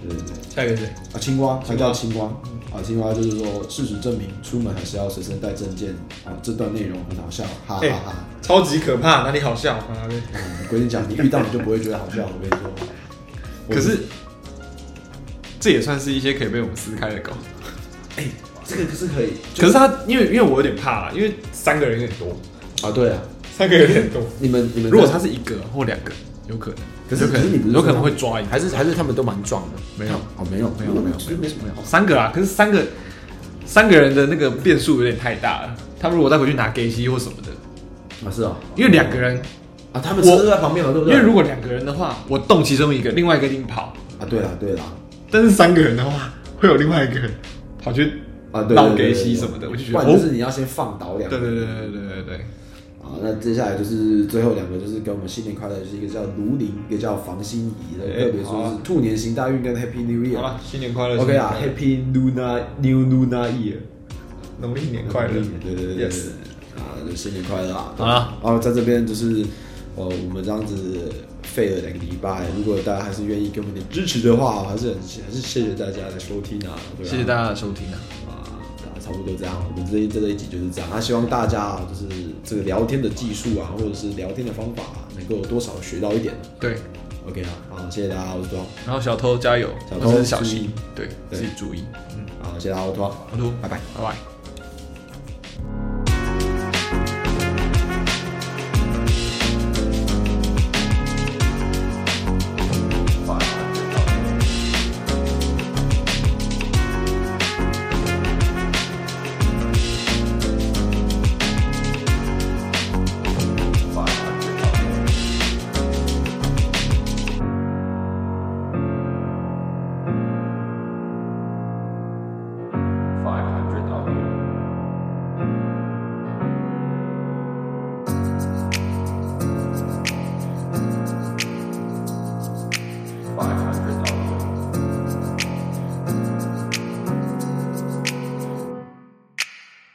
B: 对对对。
A: 下一个是谁？
B: 啊，青蛙，它叫青蛙啊，青蛙就是说，事实证明，出门还是要随身带证件啊。这段内容很好笑，哈哈
A: 哎、
B: 哈。
A: 超级可怕，哪里好笑？妈的！
B: 嗯我跟你讲，你遇到你就不会觉得好笑，我跟你说。
A: 可是这也算是一些可以被我们撕开的狗。
B: 这个是可以
A: 可是他，因为因为我有点怕啦，因为三个人有点多，
B: 啊，对啊，
A: 三个有点多。
B: 你们你们
A: 如果他是一个或两个，有可能，
B: 可是
A: 有可
B: 可是你不
A: 能
B: 是
A: 有
B: 说
A: 可能
B: 他
A: 会抓一个
B: 还是还是他们都蛮壮的，
A: 没有
B: 哦，没有
A: 没有没有没有
B: 其实没什么好。
A: 三个啊，可是三个三个人的那个变数有点太大了。他们如果再回去拿 gay 机或什么的，
B: 啊是啊
A: 因为两个人，
B: 啊，他们车都在旁边嘛，对不
A: 因
B: 对？
A: 为如果两个人的话，我动其中一个，另外一个一定跑；
B: 啊对啦对啦，
A: 但是三个人的话，会有另外一个人跑去
B: 啊对
A: 闹
B: 对对
A: gay
B: 对
A: 机
B: 对
A: 什么的，我就觉
B: 不
A: 得
B: 然
A: 哦
B: 就，是你要先放倒两
A: 对
B: 个
A: 对对对对对对对，
B: 啊，那接下来就是最后两个，就是跟我们新年快乐，就是一个叫卢林，一个叫房心怡的，
D: 哎
B: 特别
D: 好
B: 说
D: 啊
B: 是兔年行大运跟 Happy New
D: 好了
B: Year。，
D: 新年快乐
B: OK 啊
D: 新年快乐
B: ，Happy Luna New Luna Year，
D: 农历年快乐，
B: 对对对对
D: Yes
B: 对，啊，就新年快乐啊！
A: 好啦，
B: 然后在这边就是呃，我们这样子废了两个礼拜，如果大家还是愿意给我们点支持的话，还是很还是谢谢大家的收听啊，对啊
A: 谢谢大家的收听啊，
B: 啊，差不多这样，我们这一这一集就是这样。那希望大家啊，就是这个聊天的技术啊，或者是聊天的方法、啊，能够多少学到一点。
A: 对。
B: OK 啊，好，谢谢大家，我是庄，
A: 然后小偷加油
B: 小，
A: 我
B: 偷
A: 是小
B: 注
A: 心
B: 意，
A: 对
B: 对
A: 自己注意。嗯，
B: 好，谢谢大家，我是庄，
A: 好的，
B: 拜拜。
A: 拜拜。